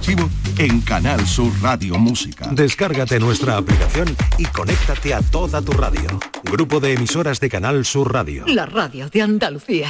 S8: en Canal Sur Radio Música.
S3: Descárgate nuestra aplicación y conéctate a toda tu radio. Grupo de emisoras de Canal Sur Radio.
S4: La radio de Andalucía.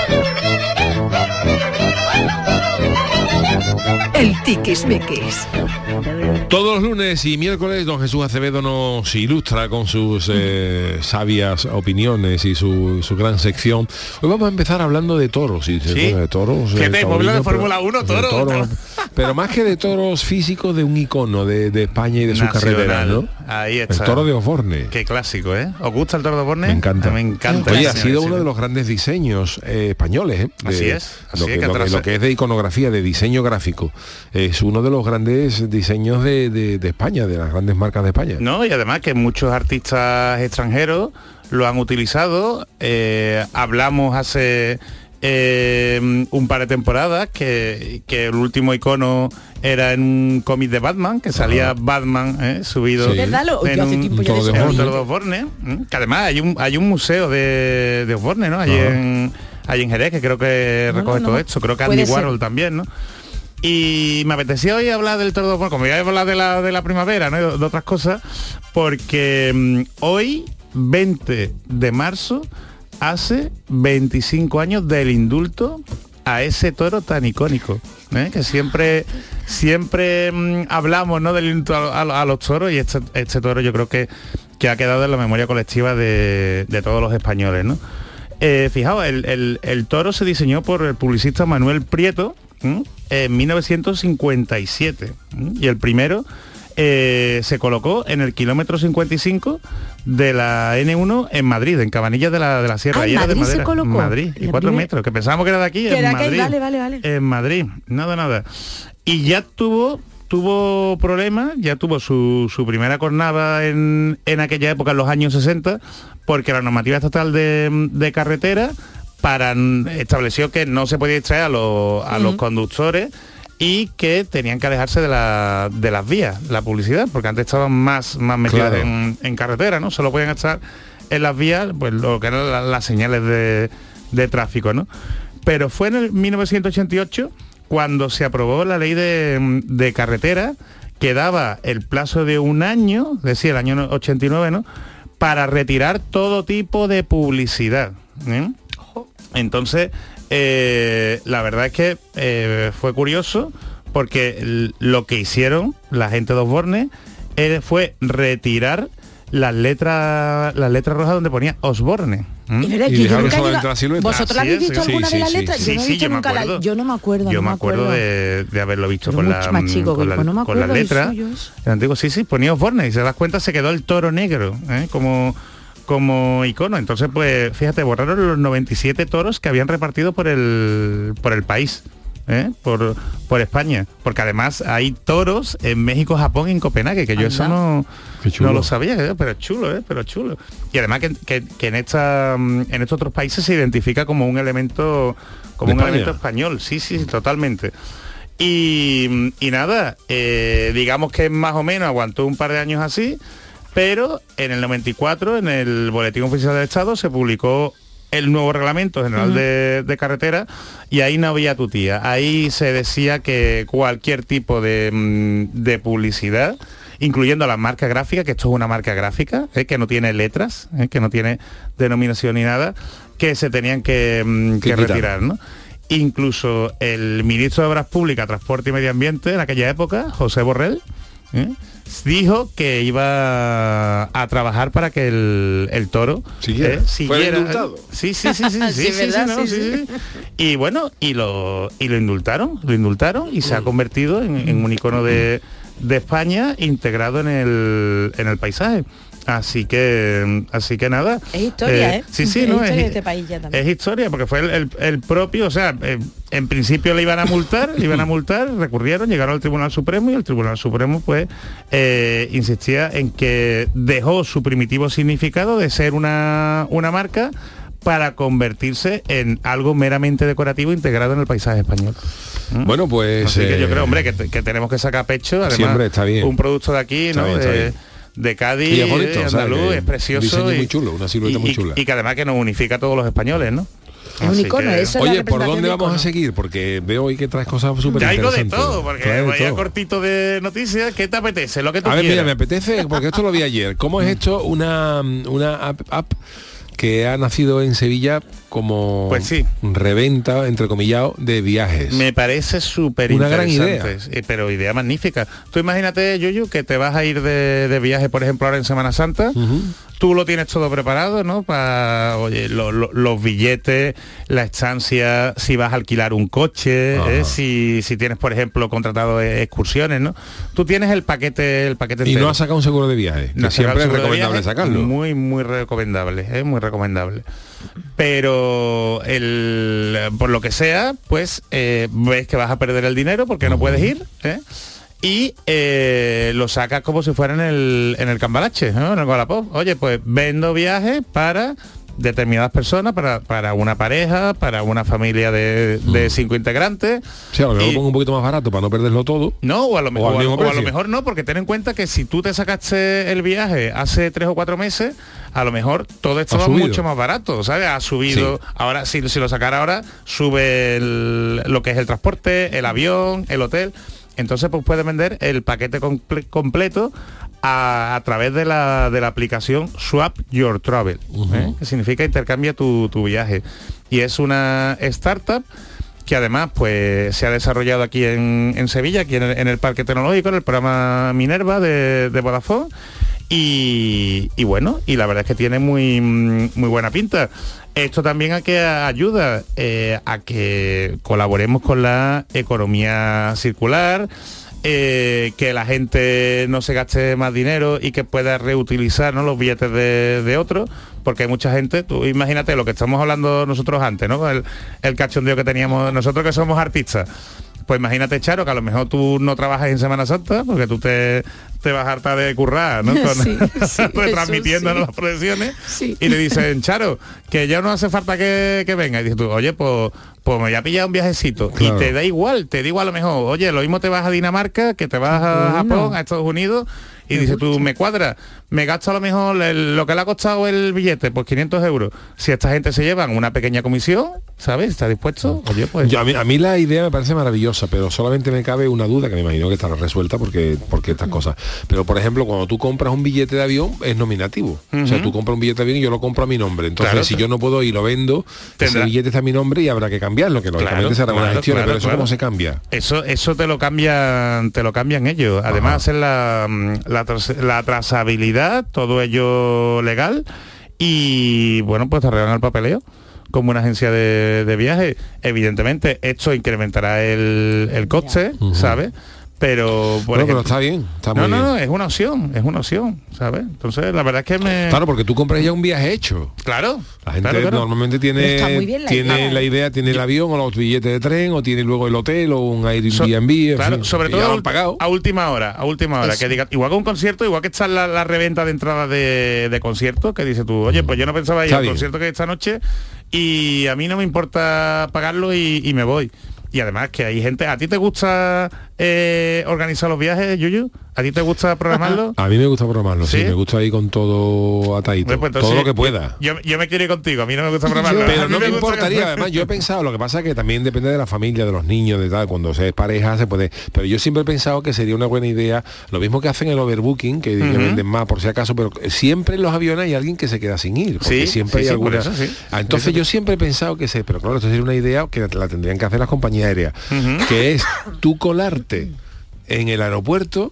S4: El tiquismiquis.
S1: Todos los lunes y miércoles don Jesús Acevedo nos ilustra con sus eh, sabias opiniones y su, su gran sección. Hoy vamos a empezar hablando de toros. Y
S7: Sí.
S1: de toros.
S7: Que
S1: eh,
S7: te- pueblo de
S1: taurinos,
S7: Fórmula
S1: pero-
S7: Uno,
S1: de
S7: toros,
S1: toros. Pero más que de toros físicos, de un icono de, de España y de su
S7: Nacional.
S1: carrera, ¿no?
S7: Ahí
S1: El
S7: está.
S1: toro de Oforne.
S7: Qué clásico, ¿eh? ¿Os gusta el toro de Borne?
S1: Me encanta.
S7: Me encanta.
S1: Oye, ha
S7: Sí,
S1: sido
S7: sí,
S1: uno
S7: sí.
S1: de los grandes diseños eh, españoles. ¿eh? De-
S7: Así es, así
S1: lo,
S7: es,
S1: que,
S7: que
S1: lo que-
S7: atrás-
S1: lo que es de iconografía, de diseño gráfico. Es uno de los grandes diseños de, de- de España, de las grandes marcas de España.
S7: No, y además que muchos artistas extranjeros lo han utilizado. Eh, hablamos hace eh, un par de temporadas que, que el último icono era en un cómic de Batman, que salía Batman eh, subido.
S1: Sí.
S6: ¿Verdad? Lo-
S7: en
S6: yo hace
S7: un-
S6: tiempo
S1: un
S6: ya
S1: toro de
S7: en
S6: descubrí.
S7: un toro de Osborne, ¿eh? que además hay un, hay un museo de, de Osborne, ¿no? Allí en, allí en Jerez, que creo que
S6: No,
S7: recoge
S6: no,
S7: todo
S6: no.
S7: esto. Creo que
S6: Puede
S7: Andy
S6: ser.
S7: Warhol también, ¿no? Y me apetecía hoy hablar del toro de Osborne, como ya he hablado de la, de la primavera, ¿no? Y De, de otras cosas, porque mm, hoy, 20 de marzo, hace 25 años del indulto a ese toro tan icónico. ¿eh? que siempre siempre mm, hablamos no del indulto a, a- a los toros y este, este toro yo creo que, que ha quedado en la memoria colectiva de, de todos los españoles ¿no? Eh, fijaos, el, el- el toro se diseñó por el publicista Manuel Prieto ¿m? en 1957 ¿m? y el primero eh, se colocó en el kilómetro 55 de la N1 en Madrid, en Cabanillas de la, de la Sierra.
S6: Ah, en
S7: Y era de
S6: Madrid se
S7: madera.
S6: colocó.
S7: Madrid, y
S6: La
S7: cuatro
S6: primera-
S7: metros, que pensábamos que era de aquí,
S6: Que
S7: en
S6: era que-
S7: Madrid. Eh,
S6: vale, vale, vale.
S7: En Madrid, nada, nada. Y ya tuvo tuvo problemas, ya tuvo su, su primera cornada en, en aquella época, en los años 60, porque la normativa estatal de, de carretera para, estableció que no se podía distraer a los, a los conductores y que tenían que alejarse de, la- de las vías, la publicidad, porque antes estaban más, más metidos
S1: Claro.
S7: en, en carretera, ¿no? Solo podían estar en las vías, pues lo que eran la- las señales de, de tráfico, ¿no? Pero fue en el 1988 cuando se aprobó la ley de, de carretera que daba el plazo de un año, es decir, el año 89, ¿no? Para retirar todo tipo de publicidad. ¿eh? Entonces, eh, la verdad es que eh, fue curioso porque l- lo que hicieron la gente de Osborne eh, fue retirar las letras las letras rojas donde ponía Osborne. ¿m?
S6: Es verdad
S1: Y
S6: que yo
S1: dejaron
S6: nunca he
S1: solo
S6: ido-
S1: entrar la silueta.
S6: ¿Vosotros
S7: Así
S6: habéis
S7: es,
S6: visto
S7: sí,
S6: alguna
S1: sí,
S6: de las
S1: sí,
S6: letras?
S1: sí.
S6: yo no he
S7: Sí, sí,
S6: visto
S7: yo me
S6: nunca la-
S7: acuerdo.
S6: Yo no me acuerdo. no
S7: Yo me acuerdo de, de haberlo visto
S6: Yo
S7: con la, mm,
S6: mucho más chico,
S7: con la,
S6: pues no me
S7: con la
S6: acuerdo de
S7: letra.
S6: eso, yo eso.
S7: El antiguo, sí, sí, ponía Osborne y se das cuenta se quedó el toro negro ¿eh? como, como icono. Entonces, pues fíjate, borraron los 97 toros que habían repartido por el, por el país. ¿eh? Por, por España porque además hay toros en México Japón y en Copenhague que yo eso
S6: Anda.
S7: no,
S1: Qué chulo.
S7: no lo sabía que- pero chulo ¿eh? pero chulo y además que, que- que en esta mm, en estos otros países se identifica como un elemento como
S1: ¿De
S7: un
S1: España?
S7: elemento español sí sí, sí, totalmente y, y nada, eh, digamos que más o menos aguantó un par de años así, pero en el 94, en el Boletín Oficial del Estado, se publicó el nuevo reglamento general de, de carretera y ahí no había tutía. Ahí se decía que cualquier tipo de, mm, de publicidad, incluyendo las marcas gráficas, que esto es una marca gráfica, eh, que no tiene letras, eh, que no tiene denominación ni nada, que se tenían que, mm,
S1: Que
S7: que
S1: quitar.
S7: retirar. ¿no? Incluso el ministro de Obras Públicas, Transporte y Medio Ambiente en aquella época, José Borrell, ¿eh? dijo que iba a trabajar para que el, el toro
S1: Siguiera.
S7: eh,
S1: Fue
S7: siguiera.
S1: indultado.
S7: Sí, sí, sí, sí, sí, sí, sí,
S6: ¿verdad?
S7: no,
S6: Sí,
S7: sí, sí. Y bueno, y lo, y lo indultaron, lo indultaron y
S1: Mm.
S7: se ha convertido en, en un icono de, de España integrado en el, en el paisaje. Así que, así que nada.
S6: Es historia, ¿eh?
S7: Sí, sí,
S6: Es
S7: no,
S6: historia de este país ya también.
S7: es historia, porque fue el, el- el propio, o sea, eh, en principio le iban a multar, le iban a multar, recurrieron, llegaron al Tribunal Supremo y el Tribunal Supremo pues eh, insistía en que dejó su primitivo significado de ser una, una marca para convertirse en algo meramente decorativo integrado en el paisaje español.
S1: Bueno, pues...
S7: Así que yo
S1: eh,
S7: creo, hombre, que, te- que tenemos que sacar pecho. Además,
S1: Siempre está bien.
S7: un producto de aquí,
S1: Está
S7: ¿no?
S1: bien, está
S7: de,
S1: bien.
S7: de Cádiz,
S1: Y es bonito,
S7: de
S1: o sea,
S7: andaluz,
S1: que
S7: es precioso.
S1: diseño muy chulo, una silueta
S7: y-
S1: muy
S7: y-
S1: chula.
S7: Y que además que nos unifica a todos los españoles, ¿no?
S6: un
S7: Así
S6: icono,
S7: que-
S6: eso es la
S1: Oye, ¿por
S6: representación
S1: dónde
S6: de
S1: vamos a
S6: icono.
S1: seguir? Porque veo hoy que traes cosas súper
S7: Ya digo de
S1: interesantes.
S7: todo, porque
S1: Traes de
S7: vaya
S1: todo.
S7: cortito de noticias, ¿qué te apetece? Lo que tú
S1: A ver, mira,
S7: quieras.
S1: me apetece, porque esto lo vi ayer. ¿Cómo es esto una, una app, app que ha nacido en Sevilla como
S7: Pues sí.
S1: reventa, entre comillado, de viajes?
S7: Me parece súper
S1: Una gran
S7: interesante, sí, pero idea magnífica. Tú imagínate, Yuyu, que te vas a ir de, de viaje, por ejemplo, ahora en Semana Santa. Tú lo tienes todo preparado, ¿no? Para oye, lo- lo- los billetes, la estancia, si vas a alquilar un coche,
S1: Ajá.
S7: ¿eh? si, si tienes, por ejemplo, contratado eh, excursiones, ¿no? Tú tienes el paquete, el paquete
S1: Y no
S7: entero.
S1: ha sacado un seguro de viaje, que
S7: No,
S1: siempre
S7: sacar
S1: es
S7: seguro de
S1: recomendable
S7: viaje,
S1: sacarlo.
S7: Muy, muy recomendable, es muy recomendable. Pero el, por lo que sea, pues eh, ves que vas a perder el dinero porque no puedes ir. ¿eh? Y eh, lo sacas como si fuera en el, en el cambalache, ¿no? en el Wallapop. Oye, pues vendo viajes para determinadas personas, para, para una pareja, para una familia de, de cinco integrantes.
S1: Sí, a lo mejor
S7: Y-
S1: pongo un poquito más barato para no perderlo todo.
S7: no, o a, lo
S1: O
S7: mejor,
S1: al
S7: o a-
S1: mismo
S7: o a lo
S1: precio.
S7: mejor no, porque ten en cuenta que si tú te sacaste el viaje hace tres o cuatro meses, a lo mejor todo esto
S1: Ha
S7: va
S1: subido.
S7: mucho más barato, ¿sabes? Ha subido, ahora si, si lo sacara ahora, sube el- lo que es el transporte, el avión, el hotel. Entonces pues puedes vender el paquete comple- completo a, a través de la, de la aplicación Swap Your Travel, ¿eh? que significa intercambia tu, tu viaje. Y es una startup que además pues se ha desarrollado aquí en, en Sevilla, aquí en el, en el Parque Tecnológico, en el programa Minerva de, de Vodafone. Y, y bueno, y la verdad es que tiene muy, mm, muy buena pinta. Esto también a que ayuda eh, a que colaboremos con la economía circular, eh, que la gente no se gaste más dinero y que pueda reutilizar ¿no? los billetes de, de otros, porque hay mucha gente, tú imagínate lo que estamos hablando nosotros antes, ¿no? El, el cachondeo que teníamos nosotros que somos artistas. Pues imagínate, Charo, que a lo mejor tú no trabajas en Semana Santa, porque tú te, te vas harta de currar, ¿no? Con-
S6: Sí, sí,
S7: retransmitiendo
S6: eso sí.
S7: las procesiones.
S6: Sí.
S7: Y le dicen, Charo, que ya no hace falta que, que venga. Y dices tú, oye, pues, pues me voy a pillar un viajecito.
S1: Claro.
S7: Y te da igual, te digo a lo mejor, oye, lo mismo te vas a Dinamarca, que te vas a Japón, a Estados Unidos, y dices tú, me cuadra, me gasto a lo mejor el- lo que le ha costado el billete, pues 500 euros. Si esta gente se llevan una pequeña comisión, ¿sabes? ¿Está dispuesto? Oye, pues...
S1: Yo, a, mí, a mí la idea me parece maravillosa, pero solamente me cabe una duda que me imagino que estará resuelta porque, porque estas cosas. Pero por ejemplo, cuando tú compras un billete de avión es nominativo. O sea, tú compras un billete de avión y yo lo compro a mi nombre. Entonces,
S7: Claro,
S1: si
S7: te-
S1: yo no puedo y lo vendo,
S7: Tendrá-
S1: ese billete está a mi nombre y habrá que cambiarlo, que lógicamente
S7: Claro,
S1: será una
S7: claro,
S1: gestión,
S7: claro,
S1: pero eso
S7: claro.
S1: cómo se cambia.
S7: Eso, eso te lo cambian, te lo cambian ellos. Además hacen la, mm, la, tras- la trazabilidad, todo ello legal y bueno, pues te arreglan el papeleo como una agencia de, de viaje. Evidentemente, esto incrementará el, el coste, ¿sabes? Pero, por
S1: Bueno, pero
S7: ejemplo-
S1: está bien, está
S7: no,
S1: muy
S7: no,
S1: bien.
S7: no, eh. es una opción, es una opción, ¿sabes? Entonces, la verdad es que me...
S1: Claro, porque tú compras ya un viaje hecho.
S7: claro.
S1: La gente
S7: claro, claro.
S1: normalmente tiene,
S6: Pero está muy bien la
S1: tiene
S6: idea.
S1: la idea, tiene el avión o los billetes de tren o tiene luego el hotel o un
S7: So-
S1: Airbnb. en
S7: claro,
S1: fin,
S7: sobre
S1: que ya
S7: todo
S1: lo
S7: a,
S1: han pagado.
S7: ul- a última hora, a última hora, que diga, igual que un concierto, igual que está la, la reventa de entrada de, de concierto, que dice tú, oye, pues yo no pensaba ir
S1: Está
S7: al
S1: bien.
S7: concierto que hay esta noche y a mí no me importa pagarlo y, y me voy. Y además que hay gente, ¿a ti te gusta eh, organizar los viajes, Yuyu? ¿A ti te gusta programarlo?
S1: A mí me gusta programarlo, sí,
S7: ¿Sí?
S1: me gusta ir con todo atadito,
S7: Pues, pues,
S1: todo
S7: entonces,
S1: lo que pueda.
S7: Yo, yo me quiero ir contigo, a mí no me gusta programarlo. A
S1: Pero
S7: mí
S1: no me
S7: gusta-
S1: importaría, además yo he pensado, lo que pasa es que también depende de la familia, de los niños, de tal, cuando se es pareja se puede, pero yo siempre he pensado que sería una buena idea, lo mismo que hacen el overbooking, que, que venden más por si acaso, pero siempre en los aviones hay alguien que se queda sin ir, porque
S7: Sí,
S1: siempre hay
S7: sí, sí, por
S1: alguna.
S7: eso, sí.
S1: Ah, entonces yo siempre he pensado que se, pero claro, esto sería una idea que la tendrían que hacer las compañías aéreas, que es tú colarte en el aeropuerto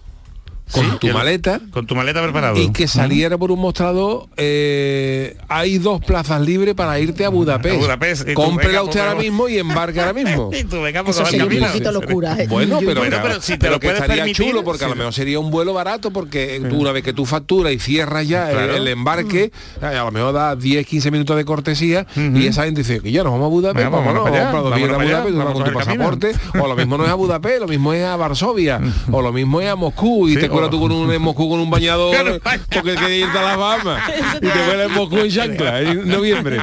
S1: con
S7: Sí,
S1: tu
S7: el-
S1: maleta
S7: Con tu maleta preparada.
S1: y que saliera por un mostrador eh, hay dos plazas libres para irte a Budapest,
S7: Mm, A Budapest, y tú,
S1: cómprela
S7: venga,
S1: usted ahora
S7: pues,
S1: mismo y embarque ahora mismo
S7: Y tú venga,
S6: Eso
S7: porque
S6: sería
S7: va
S6: un
S7: camino.
S6: poquito locura. ¿eh?
S1: bueno pero,
S7: Bueno, pero si te lo
S1: que
S7: puedes
S1: estaría
S7: permitir,
S1: chulo porque a lo
S7: sí.
S1: mejor sería un vuelo barato porque eh, tú, una vez que tú facturas y cierras ya el-
S7: Claro. Mm.
S1: el, embarque eh, a lo mejor da 10 15 minutos de cortesía y esa gente dice que ya nos vamos a Budapest
S7: Venga, vámonos
S1: vámonos,
S7: para allá,
S1: vamos a
S7: vámonos
S1: Budapest,
S7: para allá,
S1: tú vas
S7: vamos
S1: con tu
S7: a coger camino.
S1: pasaporte o lo mismo no es a Budapest lo mismo es a Varsovia o lo mismo es a Moscú y
S7: Sí,
S1: te
S7: o-
S1: cuelas tú con un en Moscú con un bañador
S7: Claro, vaya.
S1: porque quiere irte a las Bahamas y te cuelas en Moscú en chancla en noviembre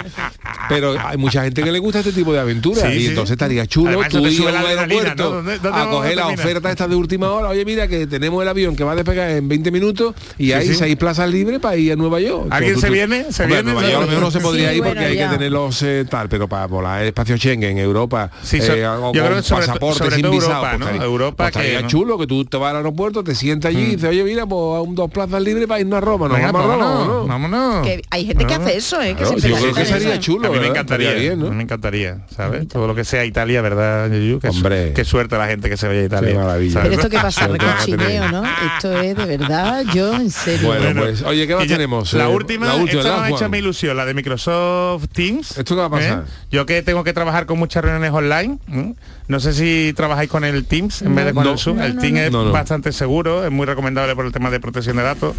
S1: pero hay mucha gente que le gusta este tipo de aventuras
S7: Sí,
S1: y
S7: sí.
S1: entonces estaría chulo
S7: Además, eso
S1: tú
S7: te
S1: ir
S7: sube
S1: a un
S7: la adrenalina,
S1: aeropuerto
S7: ¿no? ¿Dónde- dónde
S1: a
S7: vamos a
S1: coger la
S7: terminar?
S1: oferta esta de última hora oye mira que tenemos el avión que va a despegar en 20 minutos y hay
S7: sí.
S1: seis plazas libres para ir a Nueva York
S7: ¿Alguien se viene? ¿Se
S1: Hombre, a
S7: viene?
S1: Nueva York a lo mejor no se
S6: Sí,
S1: podría ir
S6: bueno,
S1: porque hay
S6: ya.
S1: que tener los eh, tal pero para volar el espacio Schengen Europa
S7: Sí,
S1: eh,
S7: so-
S1: algo
S7: yo
S1: con
S7: creo que sobre to-
S1: pasaporte
S7: sobre
S1: sin
S7: todo
S1: visado
S7: Europa,
S1: pues,
S7: ¿no?
S1: estaría-
S7: Europa
S1: pues, estaría
S7: que- Mm.
S1: chulo que tú te vas al aeropuerto te sientas allí y dices oye mira pues a un dos plazas libres para irnos a Roma nos
S7: Venga,
S1: vamos a Roma,
S7: vámonos,
S1: ¿no?
S7: vámonos.
S6: Que hay gente que
S7: No.
S6: hace eso, ¿eh? Que
S1: Claro,
S6: se
S1: yo creo
S6: empeña
S1: que
S6: en eso.
S1: sería chulo
S7: a mí me
S1: ¿verdad?
S7: encantaría,
S1: Estaría bien, ¿no?
S7: a mí me encantaría, ¿sabes? Todo lo que sea Italia, ¿verdad, Yuyu? Qué su-
S1: Hombre.
S7: Qué suerte la gente que se vaya a Italia.
S1: Qué maravilla.
S6: Pero
S7: ¿sabes?
S6: esto que pasa,
S1: Sobre todo la tele.
S6: recochineo, ¿no? Esto es de verdad, yo en serio.
S1: Bueno, pues, oye, ¿qué más
S7: Y ya-
S1: tenemos?
S7: La
S1: Eh,
S7: última,
S1: la última,
S7: esta
S1: la
S7: nos ha hecho
S1: Juan.
S7: mi ilusión, la de Microsoft Teams. ¿Eh?
S1: ¿Esto qué va a pasar?
S7: Yo que tengo que trabajar con muchas reuniones online, ¿m? no sé si trabajáis con el Teams en vez de con
S1: No.
S7: el Zoom.
S1: No,
S7: el
S1: no,
S7: Teams
S1: no.
S7: es
S1: No, no.
S7: bastante seguro, es muy recomendable por el tema de protección de datos.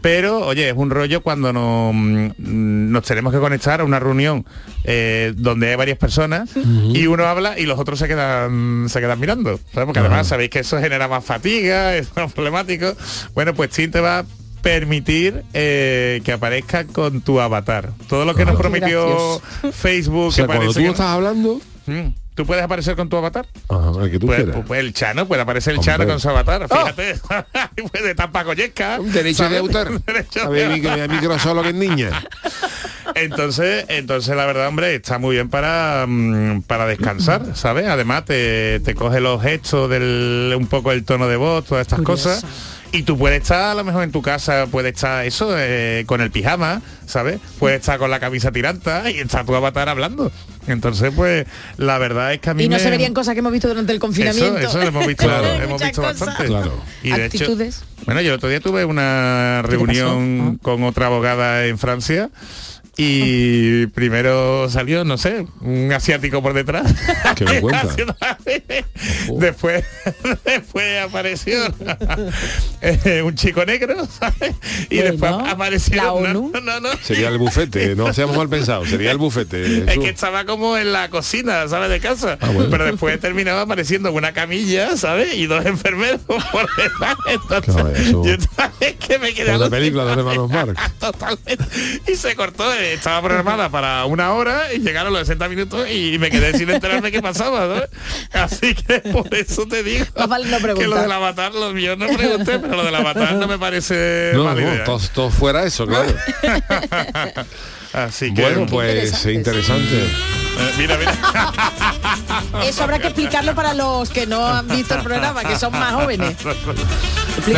S7: Pero, oye, es un rollo cuando nos, mm, nos tenemos que conectar a una reunión eh, donde hay varias personas y uno habla y los otros se quedan se quedan mirando. ¿sabes? Porque además sabéis que eso genera más fatiga, es más problemático. Bueno, pues Teams te va a permitir eh, que aparezca con tu avatar. Todo lo que nos
S6: Qué
S7: prometió Facebook,
S1: o sea,
S7: que
S1: cuando
S7: parece
S1: tú
S7: que
S1: no estás hablando
S7: Mm, ¿Tú puedes aparecer con tu avatar?
S1: Ajá, el que tú
S7: Pues,
S1: quieras.
S7: pues, pues el Chano, puede aparecer el
S1: Hombre. ¡Oh!
S7: Chano con su avatar, fíjate. pues de tan pacoyesca.
S1: Un derecho de
S7: ¿sabes?
S1: autor.
S7: Un derecho
S1: A ver,
S7: de
S1: mi- mi- Microsoft lo que es niña.
S7: entonces, entonces la verdad, hombre, está muy bien para, mm, para descansar, ¿sabes? Además, te, te coge los gestos, del, un poco el tono de voz, todas estas
S6: Curioso.
S7: cosas. Y tú puedes estar a lo mejor en tu casa, puedes estar eso, eh, con el pijama, ¿sabes? Puedes estar con la camisa tiranta y está tu avatar hablando. Entonces, pues, la verdad es que a mí
S6: Y no se
S7: me-
S6: verían cosas que hemos visto durante el confinamiento.
S7: Eso, eso lo hemos visto,
S1: Claro.
S7: hemos
S6: Muchas
S7: visto
S6: cosas.
S7: bastante.
S1: Claro.
S7: Y de hecho-
S6: Actitudes.
S7: bueno, yo el otro día tuve una
S6: te pasó? Ah.
S7: reunión con otra abogada en Francia y primero salió, no sé, un asiático por detrás.
S1: ¿Qué me cuentas?
S6: Oh.
S7: después, después apareció eh, un chico negro, ¿sabes? Y
S6: Bueno,
S7: después apareció
S6: la
S7: no,
S6: ONU.
S7: no, no, no.
S1: Sería el bufete, no seamos mal pensados, sería el bufete.
S7: Es que
S1: Jesús.
S7: estaba como en la cocina, ¿sabes? De casa.
S1: Ah, bueno.
S7: Pero después terminaba apareciendo una camilla, ¿sabes? Y dos enfermeros por detrás.
S1: Claro,
S7: Entonces,
S1: eso.
S7: yo sabes que me quedé
S1: Como la
S7: alucinado.
S1: película de los hermanos Marx.
S7: Totalmente. Y se cortó, eh, estaba programada para una hora y llegaron los 60 minutos y me quedé sin enterarme qué pasaba, ¿sabes? Así que por eso te digo
S6: Más vale no
S7: que lo
S6: preguntar.
S7: del avatar, lo, yo no pregunté, pero lo del avatar no me parece
S1: No,
S7: mala
S1: no,
S7: idea.
S1: todo, todo fuera eso, claro.
S7: Así que
S1: Bueno, pues
S6: interesante.
S1: interesante.
S7: eh, mira, mira.
S6: Eso habrá que explicarlo para los que no han visto el programa, que son más jóvenes. Explícalo,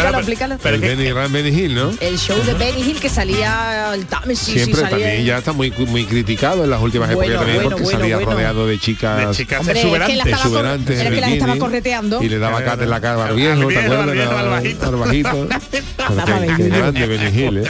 S7: pero-
S6: explícalo.
S7: Pero
S1: el
S7: que-
S1: Benny Ram Benny Hill, ¿no?
S6: El show de Benny Hill que salía el Támesis y
S1: Siempre
S6: salía...
S1: también ya está muy muy criticado en las últimas
S6: Bueno,
S1: épocas también
S6: bueno,
S1: porque
S6: bueno,
S1: salía
S6: bueno.
S1: rodeado de chicas,
S7: De chicas
S6: Hombre, es que la
S7: exuberantes.
S6: estaba cor-
S1: exuberantes
S6: era
S1: en
S6: que las estaba
S1: bikini,
S6: correteando.
S1: y le daba cate en la cara al viejo,
S7: Al
S1: ¿te
S7: viejo, al
S1: acuerdas?
S7: viejo, al
S1: Al-
S7: bajito.
S1: al bajito. Qué- qué grande Benny Hill, ¿eh?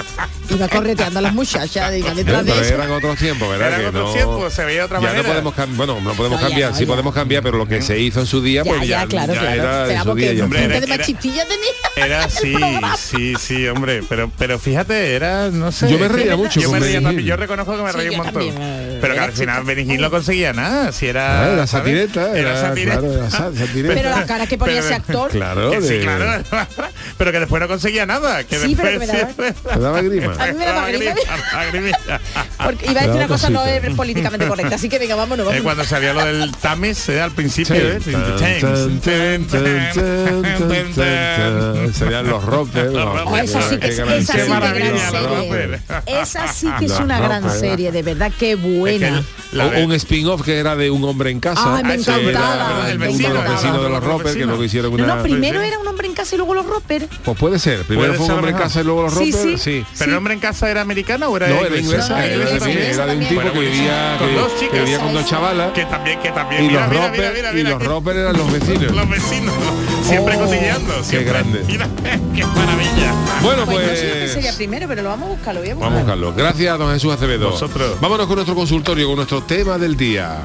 S6: Iba correteando a las muchachas y la
S1: Pero
S6: detrás de eso.
S1: eran otros tiempos, ¿verdad?
S7: Eran
S1: Que
S7: otros
S1: no-
S7: tiempos, se veía de otra
S1: ya
S7: manera.
S1: no podemos cambiar, bueno, no podemos
S6: No, ya
S1: cambiar,
S6: no,
S1: sí
S6: ya.
S1: podemos cambiar, pero lo que se hizo en su día,
S6: Ya,
S1: pues ya,
S6: ya, claro,
S1: ya
S6: claro.
S1: era en
S6: Esperamos
S1: su día.
S6: que
S1: ya
S7: hombre,
S1: está.
S6: gente de
S7: era-
S6: machistilla tenía.
S7: Era sí, sí, sí, hombre, pero pero fíjate, era no sé.
S1: Yo me reía mucho
S7: Yo
S1: con
S7: me reía
S1: Benny
S7: también,
S1: Hill.
S7: yo reconozco que me
S6: Sí,
S7: reía un
S6: yo
S7: montón.
S6: también, eh,
S7: Pero que al final Benigín no conseguía nada, si era...
S1: Ah, era
S7: ¿sabes?
S1: satireta,
S7: Era,
S1: era-
S7: satireta.
S1: claro, era sa- satireta.
S6: Pero la cara que ponía
S7: Pero-
S6: ese actor.
S1: Claro,
S7: que sí,
S1: de-
S7: claro. pero que después no conseguía nada. Que
S6: Sí, pero
S7: después
S6: que me daba-
S1: Me daba grima.
S6: A mí me daba grima.
S7: Lagrimilla.
S6: Porque iba a
S1: Era
S6: decir una
S1: otra
S6: cosa no
S1: cita.
S6: es políticamente correcta, así que venga, vámonos,
S7: Eh,
S6: vámonos.
S7: cuando salía lo del Tames eh, al principio.
S1: Sí.
S7: ¿eh?
S1: Tan, tan, tan, tan, tan, tan. Serían los ¿eh? rompes.
S7: Los Rompers.
S6: Oh, eso sí,
S7: Qué
S6: que es,
S7: gran
S6: esa sí que
S7: serie.
S6: es una gran
S7: Maravilla, la
S6: serie.
S7: Roper.
S6: Esa sí que es
S1: La
S6: una gran
S1: Roper.
S6: serie, de verdad, qué buena.
S7: Es que la-
S1: un spin-off que era de un hombre en casa.
S6: Ay, me
S7: Ah, sí,
S6: encantaba,
S7: verdad, el
S6: me
S7: vecino,
S1: los
S6: encantaba.
S1: vecinos de los
S7: Los
S1: Roper que
S7: vecinos.
S1: luego hicieron
S6: No,
S1: una.
S6: no, primero
S7: sí.
S6: era un hombre en casa y luego los Roper.
S1: pues puede ser. Primero
S7: Puede
S1: fue un
S7: ser,
S1: hombre en
S7: ¿verdad?
S1: casa y luego los
S6: Sí,
S1: Roper. Sí,
S6: sí.
S7: ¿Pero el hombre en casa era americana o era
S1: No, era inglesa.
S7: Ah,
S1: Era, de-
S6: inglesa
S1: mira, era de un
S6: también.
S1: tipo que
S7: Bueno,
S1: vivía,
S7: con
S1: que,
S7: dos
S1: que
S7: chicas.
S1: vivía con dos chavalas.
S7: Que también, que también.
S1: y
S7: Mira,
S1: los
S7: mira,
S1: Roper
S7: mira, mira,
S1: y
S7: mira,
S1: los
S7: que-
S1: Roper eran los vecinos.
S7: Los vecinos, los- siempre
S1: Oh,
S7: cotilleando.
S1: qué
S7: siempre.
S1: grande.
S7: Mira, qué maravilla.
S1: Bueno,
S6: Pues no sé lo que
S1: pues.
S6: sería primero, pero lo vamos a buscar, lo voy a buscar.
S1: Vamos a buscarlo. Gracias, don Jesús Acevedo.
S7: Vosotros.
S1: Vámonos con nuestro consultorio, con nuestro tema del día.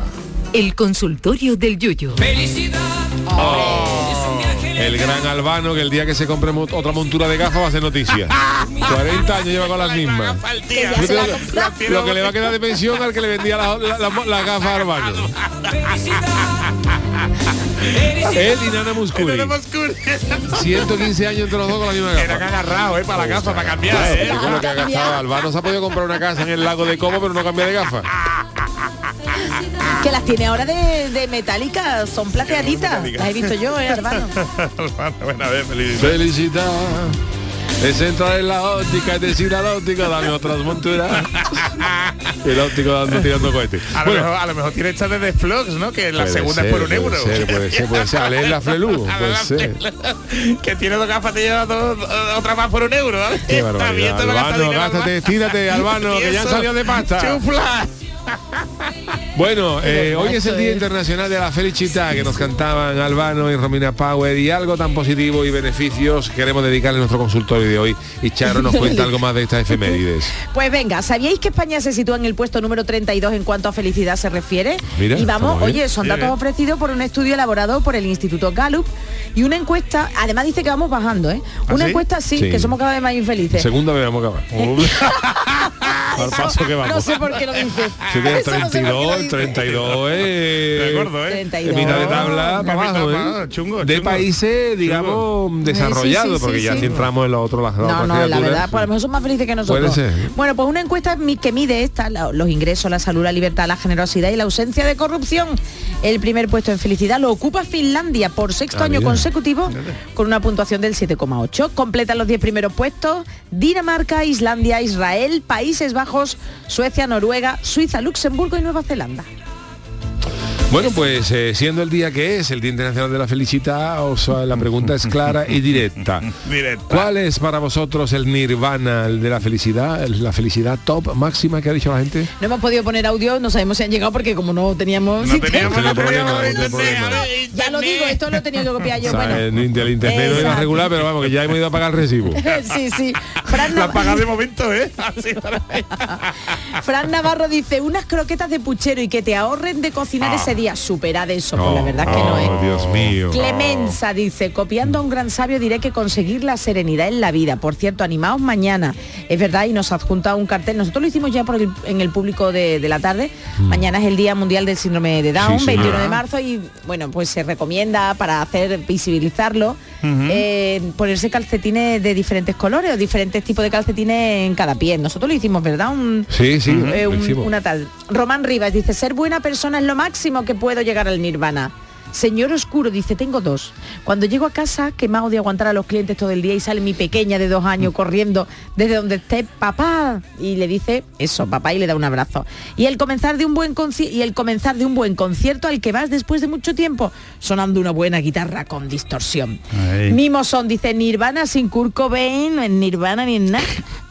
S4: El consultorio del Yuyo.
S1: El gran albano que el día que se compre mo- otra montura de gafas va a ser noticia. 40 años lleva con las mismas.
S7: Faltía.
S1: Yo creo que-
S7: La tiene-
S1: lo que le va a quedar de pensión al que le vendía las la, la- las gafas a Albano. Él y Nana Muscuri.
S7: Era más cool.
S1: 115 años entre los dos con la misma
S7: Era que
S1: gafa.
S7: agarrado, eh, para la gafa, para cambiar,
S1: Claro,
S7: eh.
S1: yo creo que ha gastado. Albano se ha podido comprar una casa en el lago de Como, pero no cambia de gafas.
S6: Que las tiene ahora de, de metálica, son plateaditas.
S7: metálicas.
S6: Las he visto yo, eh, hermano.
S7: Bueno, a ver, felicidades.
S1: Felicidad. Es entrar en la óptica, es decir al óptico, dame otras monturas. El óptico dando, tirando cohetes.
S7: A lo,
S1: Bueno,
S7: mejor, a lo mejor tiene esta de Flox, ¿no? Que la
S1: Puede
S7: segunda es
S1: ser,
S7: por un
S1: puede
S7: euro.
S1: ser, puede ser, puede ser. A leer la Flelu,
S7: A
S1: puede
S7: la
S1: ser.
S7: Flelu. Que tiene dos gafas, te lleva dos, otra más por un euro. ¿vale?
S1: Qué
S7: Está
S1: barbaridad.
S7: bien, te lo gasta
S1: Albano,
S7: dinero,
S1: gástate,
S7: Albano.
S1: estírate, Albano, que ya han
S7: Eso.
S1: salido de pasta.
S7: ¡Chufla!
S1: Bueno, eh, hoy es el
S6: macho,
S1: Día
S6: eh.
S1: Internacional de la Felicidad que nos cantaban Albano y Romina Power y algo tan positivo y beneficios queremos dedicarle nuestro consultorio de hoy y Charo nos cuenta algo más de estas efemérides.
S6: Pues venga, ¿sabíais que España se sitúa en el puesto número 32 en cuanto a felicidad se refiere?
S1: Mira,
S6: y
S1: estamos
S6: vamos,
S1: bien.
S6: oye, son
S7: Bien,
S6: datos
S7: bien.
S6: ofrecidos por un estudio elaborado por el Instituto Gallup y una encuesta, además dice que vamos bajando, ¿eh?
S7: ¿Ah,
S6: Una
S7: sí?
S6: encuesta sí,
S1: Sí.
S6: que somos cada vez más infelices.
S1: Segunda vez vamos a acabar. Al paso que vamos.
S6: No sé por qué lo dice.
S1: Sí, que el
S6: Eso no sé por qué lo
S1: 32, el
S6: dice.
S1: 32, eh,
S7: De acuerdo, ¿eh?
S6: 32.
S1: En mitad de tabla,
S7: En
S1: para
S7: mitad,
S1: abajo,
S7: para
S1: ¿eh?
S7: abajo, chungo,
S1: de
S7: chungo.
S1: países, digamos, desarrollados,
S6: Sí, sí, sí,
S1: porque ya
S6: sí.
S1: si entramos en la otra, las
S6: No,
S1: otras
S6: no, la
S1: criaturas,
S6: verdad, pues a lo mejor son más felices que nosotros.
S1: ¿eh? Puede ser.
S6: Bueno, pues una encuesta mi- que mide esta, la- los ingresos, la salud, la libertad, la generosidad y la ausencia de corrupción. El primer puesto en felicidad lo ocupa Finlandia por sexto
S1: Ah,
S6: año
S1: mira.
S6: consecutivo con una puntuación del 7,8. Completan los 10 primeros puestos Dinamarca, Islandia, Israel, Países Bajos, Suecia, Noruega, Suiza, Luxemburgo y Nueva Zelanda.
S1: Bueno, pues eh, siendo el día que es, el Día Internacional de la Felicidad, o sea, la pregunta es clara y directa.
S7: Directa.
S1: ¿Cuál es para vosotros el nirvana, el de la felicidad, el- la felicidad top máxima que ha dicho la gente?
S6: No hemos podido poner audio, no sabemos si han llegado porque como no teníamos...
S7: No
S6: sistema.
S7: teníamos,
S1: Tenía
S7: no
S1: problema,
S7: teníamos,
S1: tenía
S7: no sé,
S1: problema.
S7: a ver,
S6: Ya lo digo, esto lo tenía que copiar yo.
S1: O sea,
S6: bueno.
S1: el, el internet no era
S6: Exacto. pues
S1: regular, pero vamos, que ya hemos ido a pagar el recibo.
S6: sí, sí. Fran,
S7: La
S6: Nav-
S7: paga de momento, ¿eh? Así para mí.
S6: Fran Navarro dice, unas croquetas de puchero y que te ahorren de cocinar ese día. Superad eso, pues la verdad es que no es.
S1: Oh, Dios mío.
S6: Clemenza dice, copiando a un gran sabio diré que conseguir la serenidad en la vida. Por cierto, animaos mañana. Es verdad, y nos adjunta un cartel. Nosotros lo hicimos ya por el- en el público de, de la tarde. Mañana es el Día Mundial del Síndrome de Down,
S1: Sí, señora.
S6: 21 de marzo, y bueno, pues se recomienda para hacer visibilizarlo, eh, ponerse calcetines de diferentes colores o diferentes tipos de calcetines en cada pie. Nosotros lo hicimos, ¿verdad? Un-
S1: Sí, sí,
S6: eh,
S1: lo
S6: un-
S1: hicimos.
S6: una tal. Román Rivas dice, ser buena persona es lo máximo que puedo llegar al nirvana. Señor Oscuro dice, tengo dos. Cuando llego a casa, que más de aguantar a los clientes todo el día y sale mi pequeña de dos años corriendo desde donde esté papá y le dice eso, papá, y le da un abrazo. Y el comenzar de un buen conci- y el comenzar de un buen concierto al que vas después de mucho tiempo, sonando una buena guitarra con distorsión.
S7: Ay.
S6: Mimo son, dice Nirvana sin Kurt Cobain, no es Nirvana ni en nada,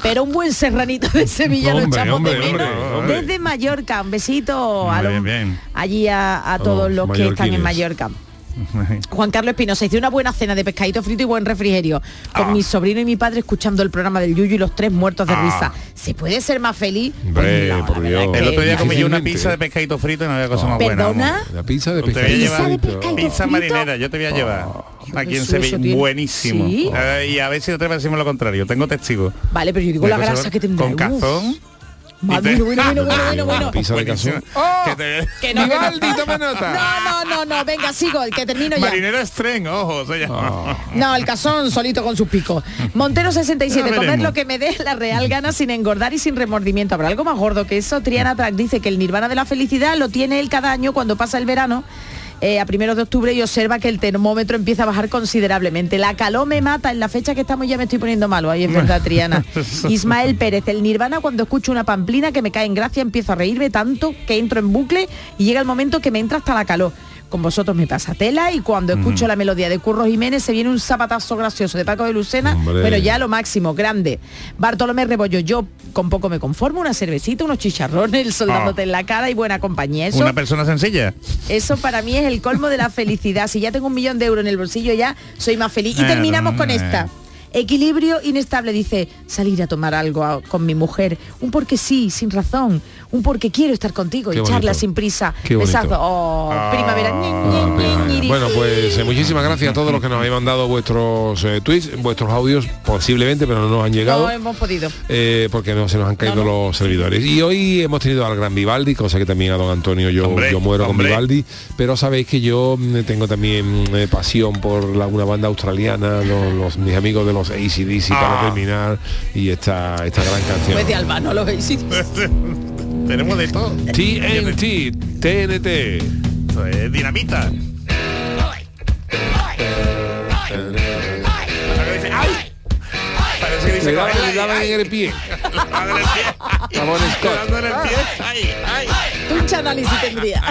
S6: pero un buen serranito de Sevilla lo
S1: Hombre,
S6: echamos de
S1: hombre,
S6: menos.
S1: hombre, hombre.
S6: Desde Mallorca, un besito a
S7: Hombre,
S6: los-
S7: bien.
S6: allí a, a todos
S1: Oh,
S6: los que están en Mallorca.
S1: mallorquines.
S6: Juan Carlos Espinosa hice una buena cena de pescadito frito y buen refrigerio con mi sobrino y mi padre escuchando el programa del Yuyu y los tres muertos de risa. ¿Se puede ser más feliz?
S1: Hombre,
S6: no, la
S1: por
S6: verdad
S1: Dios.
S6: es
S7: El
S6: que
S7: otro día
S6: no.
S7: comí yo una
S1: Oh, Difícilmente.
S7: pizza de pescadito frito y no había cosa más buena.
S6: ¿Perdona?
S7: vamos.
S1: La pizza de
S7: Te voy a
S1: pescadito.
S7: llevar-
S1: frito.
S7: Pizza marinera, yo te voy a llevar. Aquí en
S6: Jesús, Oh, eso
S7: Sevilla,
S6: tiene-
S7: buenísimo.
S6: ¿Sí?
S7: Eh, y a ver si otra vez decimos lo contrario. Tengo testigos.
S6: Vale, pero yo digo
S7: De
S6: la
S7: cosas-
S6: grasa que tendrá.
S7: Con
S6: Uf.
S7: cazón,
S6: Más
S7: te-
S6: vino, vino, vino, vino, vino, vino.
S1: Pisa de
S7: Buenísimo.
S1: cazón.
S6: ¡Oh!
S7: Que te-
S6: Que no, que no.
S1: Vivaldi, toma nota.
S6: No, no, no, no, venga, sigo, que termino ya. Oh.
S7: Marinero Stren, ojo, se llama.
S6: No, el cazón solito con sus picos. Montero 67,
S7: Ya
S6: comer
S7: veremos.
S6: lo que me dé la real gana sin engordar y sin remordimiento. Habrá algo más gordo que eso. Triana Track dice que el nirvana de la felicidad lo tiene él cada año cuando pasa el verano. eh, a primeros de octubre y observa que el termómetro empieza a bajar considerablemente. La calor me mata, en la fecha que estamos ya me estoy poniendo malo, ahí es verdad, Triana. Ismael Pérez, el nirvana cuando escucho una pamplina que me cae en gracia, empiezo a reírme tanto que entro en bucle y llega el momento que me entra hasta la calor con vosotros me pasa tela y cuando escucho la melodía de Curro Jiménez se viene un zapatazo gracioso de Paco de Lucena,
S1: Hombre.
S6: pero ya lo máximo, grande. Bartolomé Rebollo, yo con poco me conformo, una cervecita, unos chicharrones, el sol
S7: Ah.
S6: dándote en la cara y buena compañía. Eso,
S7: Una persona sencilla.
S6: eso para mí es el colmo de la felicidad. Si ya tengo un millón de euros en el bolsillo ya soy más feliz. Y
S7: Eh,
S6: terminamos con
S7: eh.
S6: esta. Equilibrio inestable, dice, salir a tomar algo a- con mi mujer, un porque sí, sin razón, un porque quiero estar contigo
S1: Qué
S6: y charla
S1: bonito.
S6: sin prisa.
S1: Qué bonito.
S6: Besazo. Oh,
S7: Ah.
S6: primavera. Ñe,
S1: Ah,
S6: Ñe, Ñe,
S1: pero vaya.
S6: Ñiri.
S1: Bueno, pues eh, muchísimas gracias a todos los que nos habéis mandado vuestros eh, tweets, vuestros audios, posiblemente, pero no nos han llegado.
S6: No hemos podido.
S1: eh, porque no se nos han caído los servidores. Y hoy hemos tenido al gran Vivaldi, cosa que también a don Antonio yo,
S7: Hombre,
S1: yo muero
S7: hombre.
S1: con Vivaldi, pero sabéis que yo mm, tengo también eh, pasión por la- una banda australiana, los, los- mis amigos de los ACDC para
S7: Ah.
S1: terminar, y esta, esta gran canción.
S6: Vete Pues al vano, lo veis.
S7: Tenemos de todo.
S1: TNT, TNT.
S7: Esto es dinamita. ¡Ay! Parece que dice
S1: Le daban-
S7: "Ay, ay,
S1: le daban
S7: ay".
S1: en el pie.
S7: Dándole el pie.
S1: Ramón Scott.
S7: Dándole el pie. Ay, ay.
S6: Tuncha análisis tendría.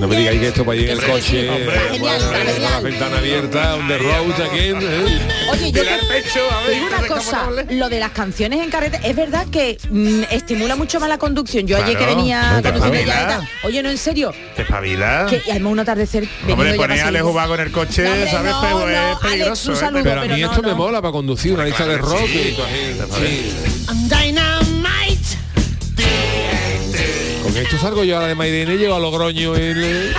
S1: No me digáis que esto para ir en el coche,
S7: Hombre,
S1: eh,
S6: genial,
S1: con
S6: está
S1: la
S6: genial.
S1: ventana abierta, on the road again. eh.
S6: Oye, yo
S7: Llegar al pecho, a ver,
S6: te digo una
S7: entonces,
S6: cosa,
S7: ¿cómo doble?
S6: lo de las canciones en carretera, es verdad que mm, estimula mucho más la conducción. Yo ayer que
S7: Claro,
S6: venía
S7: no te
S6: conduciendo ya,
S7: espabilas.
S6: era- oye, no, en serio,
S7: Te espabila.
S6: que y además un atardecer
S7: Hombre,
S6: veniendo ya
S7: ponía a
S6: casi-
S7: Alex Ubago en el coche,
S6: No, hombre,
S7: ¿sabes?
S6: no,
S7: Pero
S6: no,
S7: es
S6: Alex,
S7: peligroso.
S6: un
S7: ¿eh?
S6: saludo.
S1: Pero a mí
S6: pero
S1: esto
S6: no,
S1: me
S6: no.
S1: mola para conducir una lista de
S7: claro
S1: rock.
S7: que sí.
S1: y toda gente, sí. Con esto salgo yo ahora de Mairene, llego a Logroño en, eh,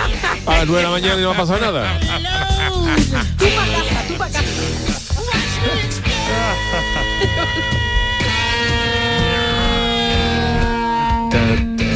S1: a las 9 de la mañana y no ha pasado nada.
S6: Tú pa' casa, tú pa' casa.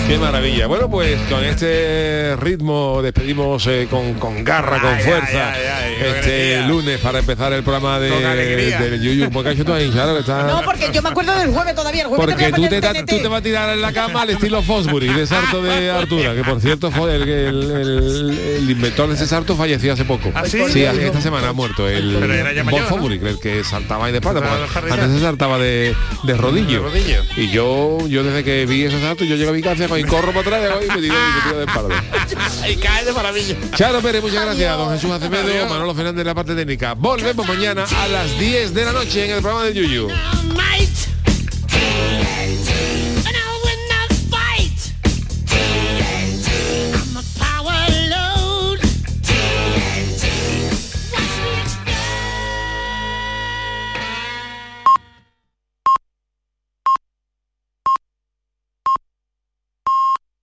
S1: Qué maravilla. Bueno, pues con este ritmo despedimos eh, con, con garra, con
S7: Ay, ay,
S1: fuerza,
S7: ay, ay, qué
S1: este
S7: alegría.
S1: lunes para empezar el programa de,
S7: Con alegría.
S1: del Yuyu. Porque has hecho tú ahí, claro, que está-
S6: No, porque yo me acuerdo del jueves todavía, el jueves
S1: Porque
S6: te voy
S1: tú
S6: a
S1: te,
S6: poner
S1: ta-
S6: el
S1: tú te
S6: TNT.
S1: vas a tirar en la cama al estilo Fosbury de sarto de Artura, que por cierto fue el, el- el- el inventor de ese sarto falleció hace poco.
S7: ¿Ah, sí?
S1: hace- esta semana ha muerto el
S7: Pero era ya
S1: Bob
S7: mayor, ¿no?
S1: Fosbury, el que saltaba ahí de pata.
S7: Saltaba
S1: porque
S7: de jarrita.
S1: Antes se saltaba de, de rodillo.
S7: De rodillo.
S1: Y yo, yo desde que vi ese salto, yo llego a mi casa y corro para atrás y me tiro, y me tiro de espalda.
S7: Y cae de maravilla.
S1: Charo Pérez, muchas gracias. Don Jesús Acevedo, Manolo Fernández de la parte técnica. Volvemos mañana a las 10 de la noche en el programa de Yuyu.
S5: Now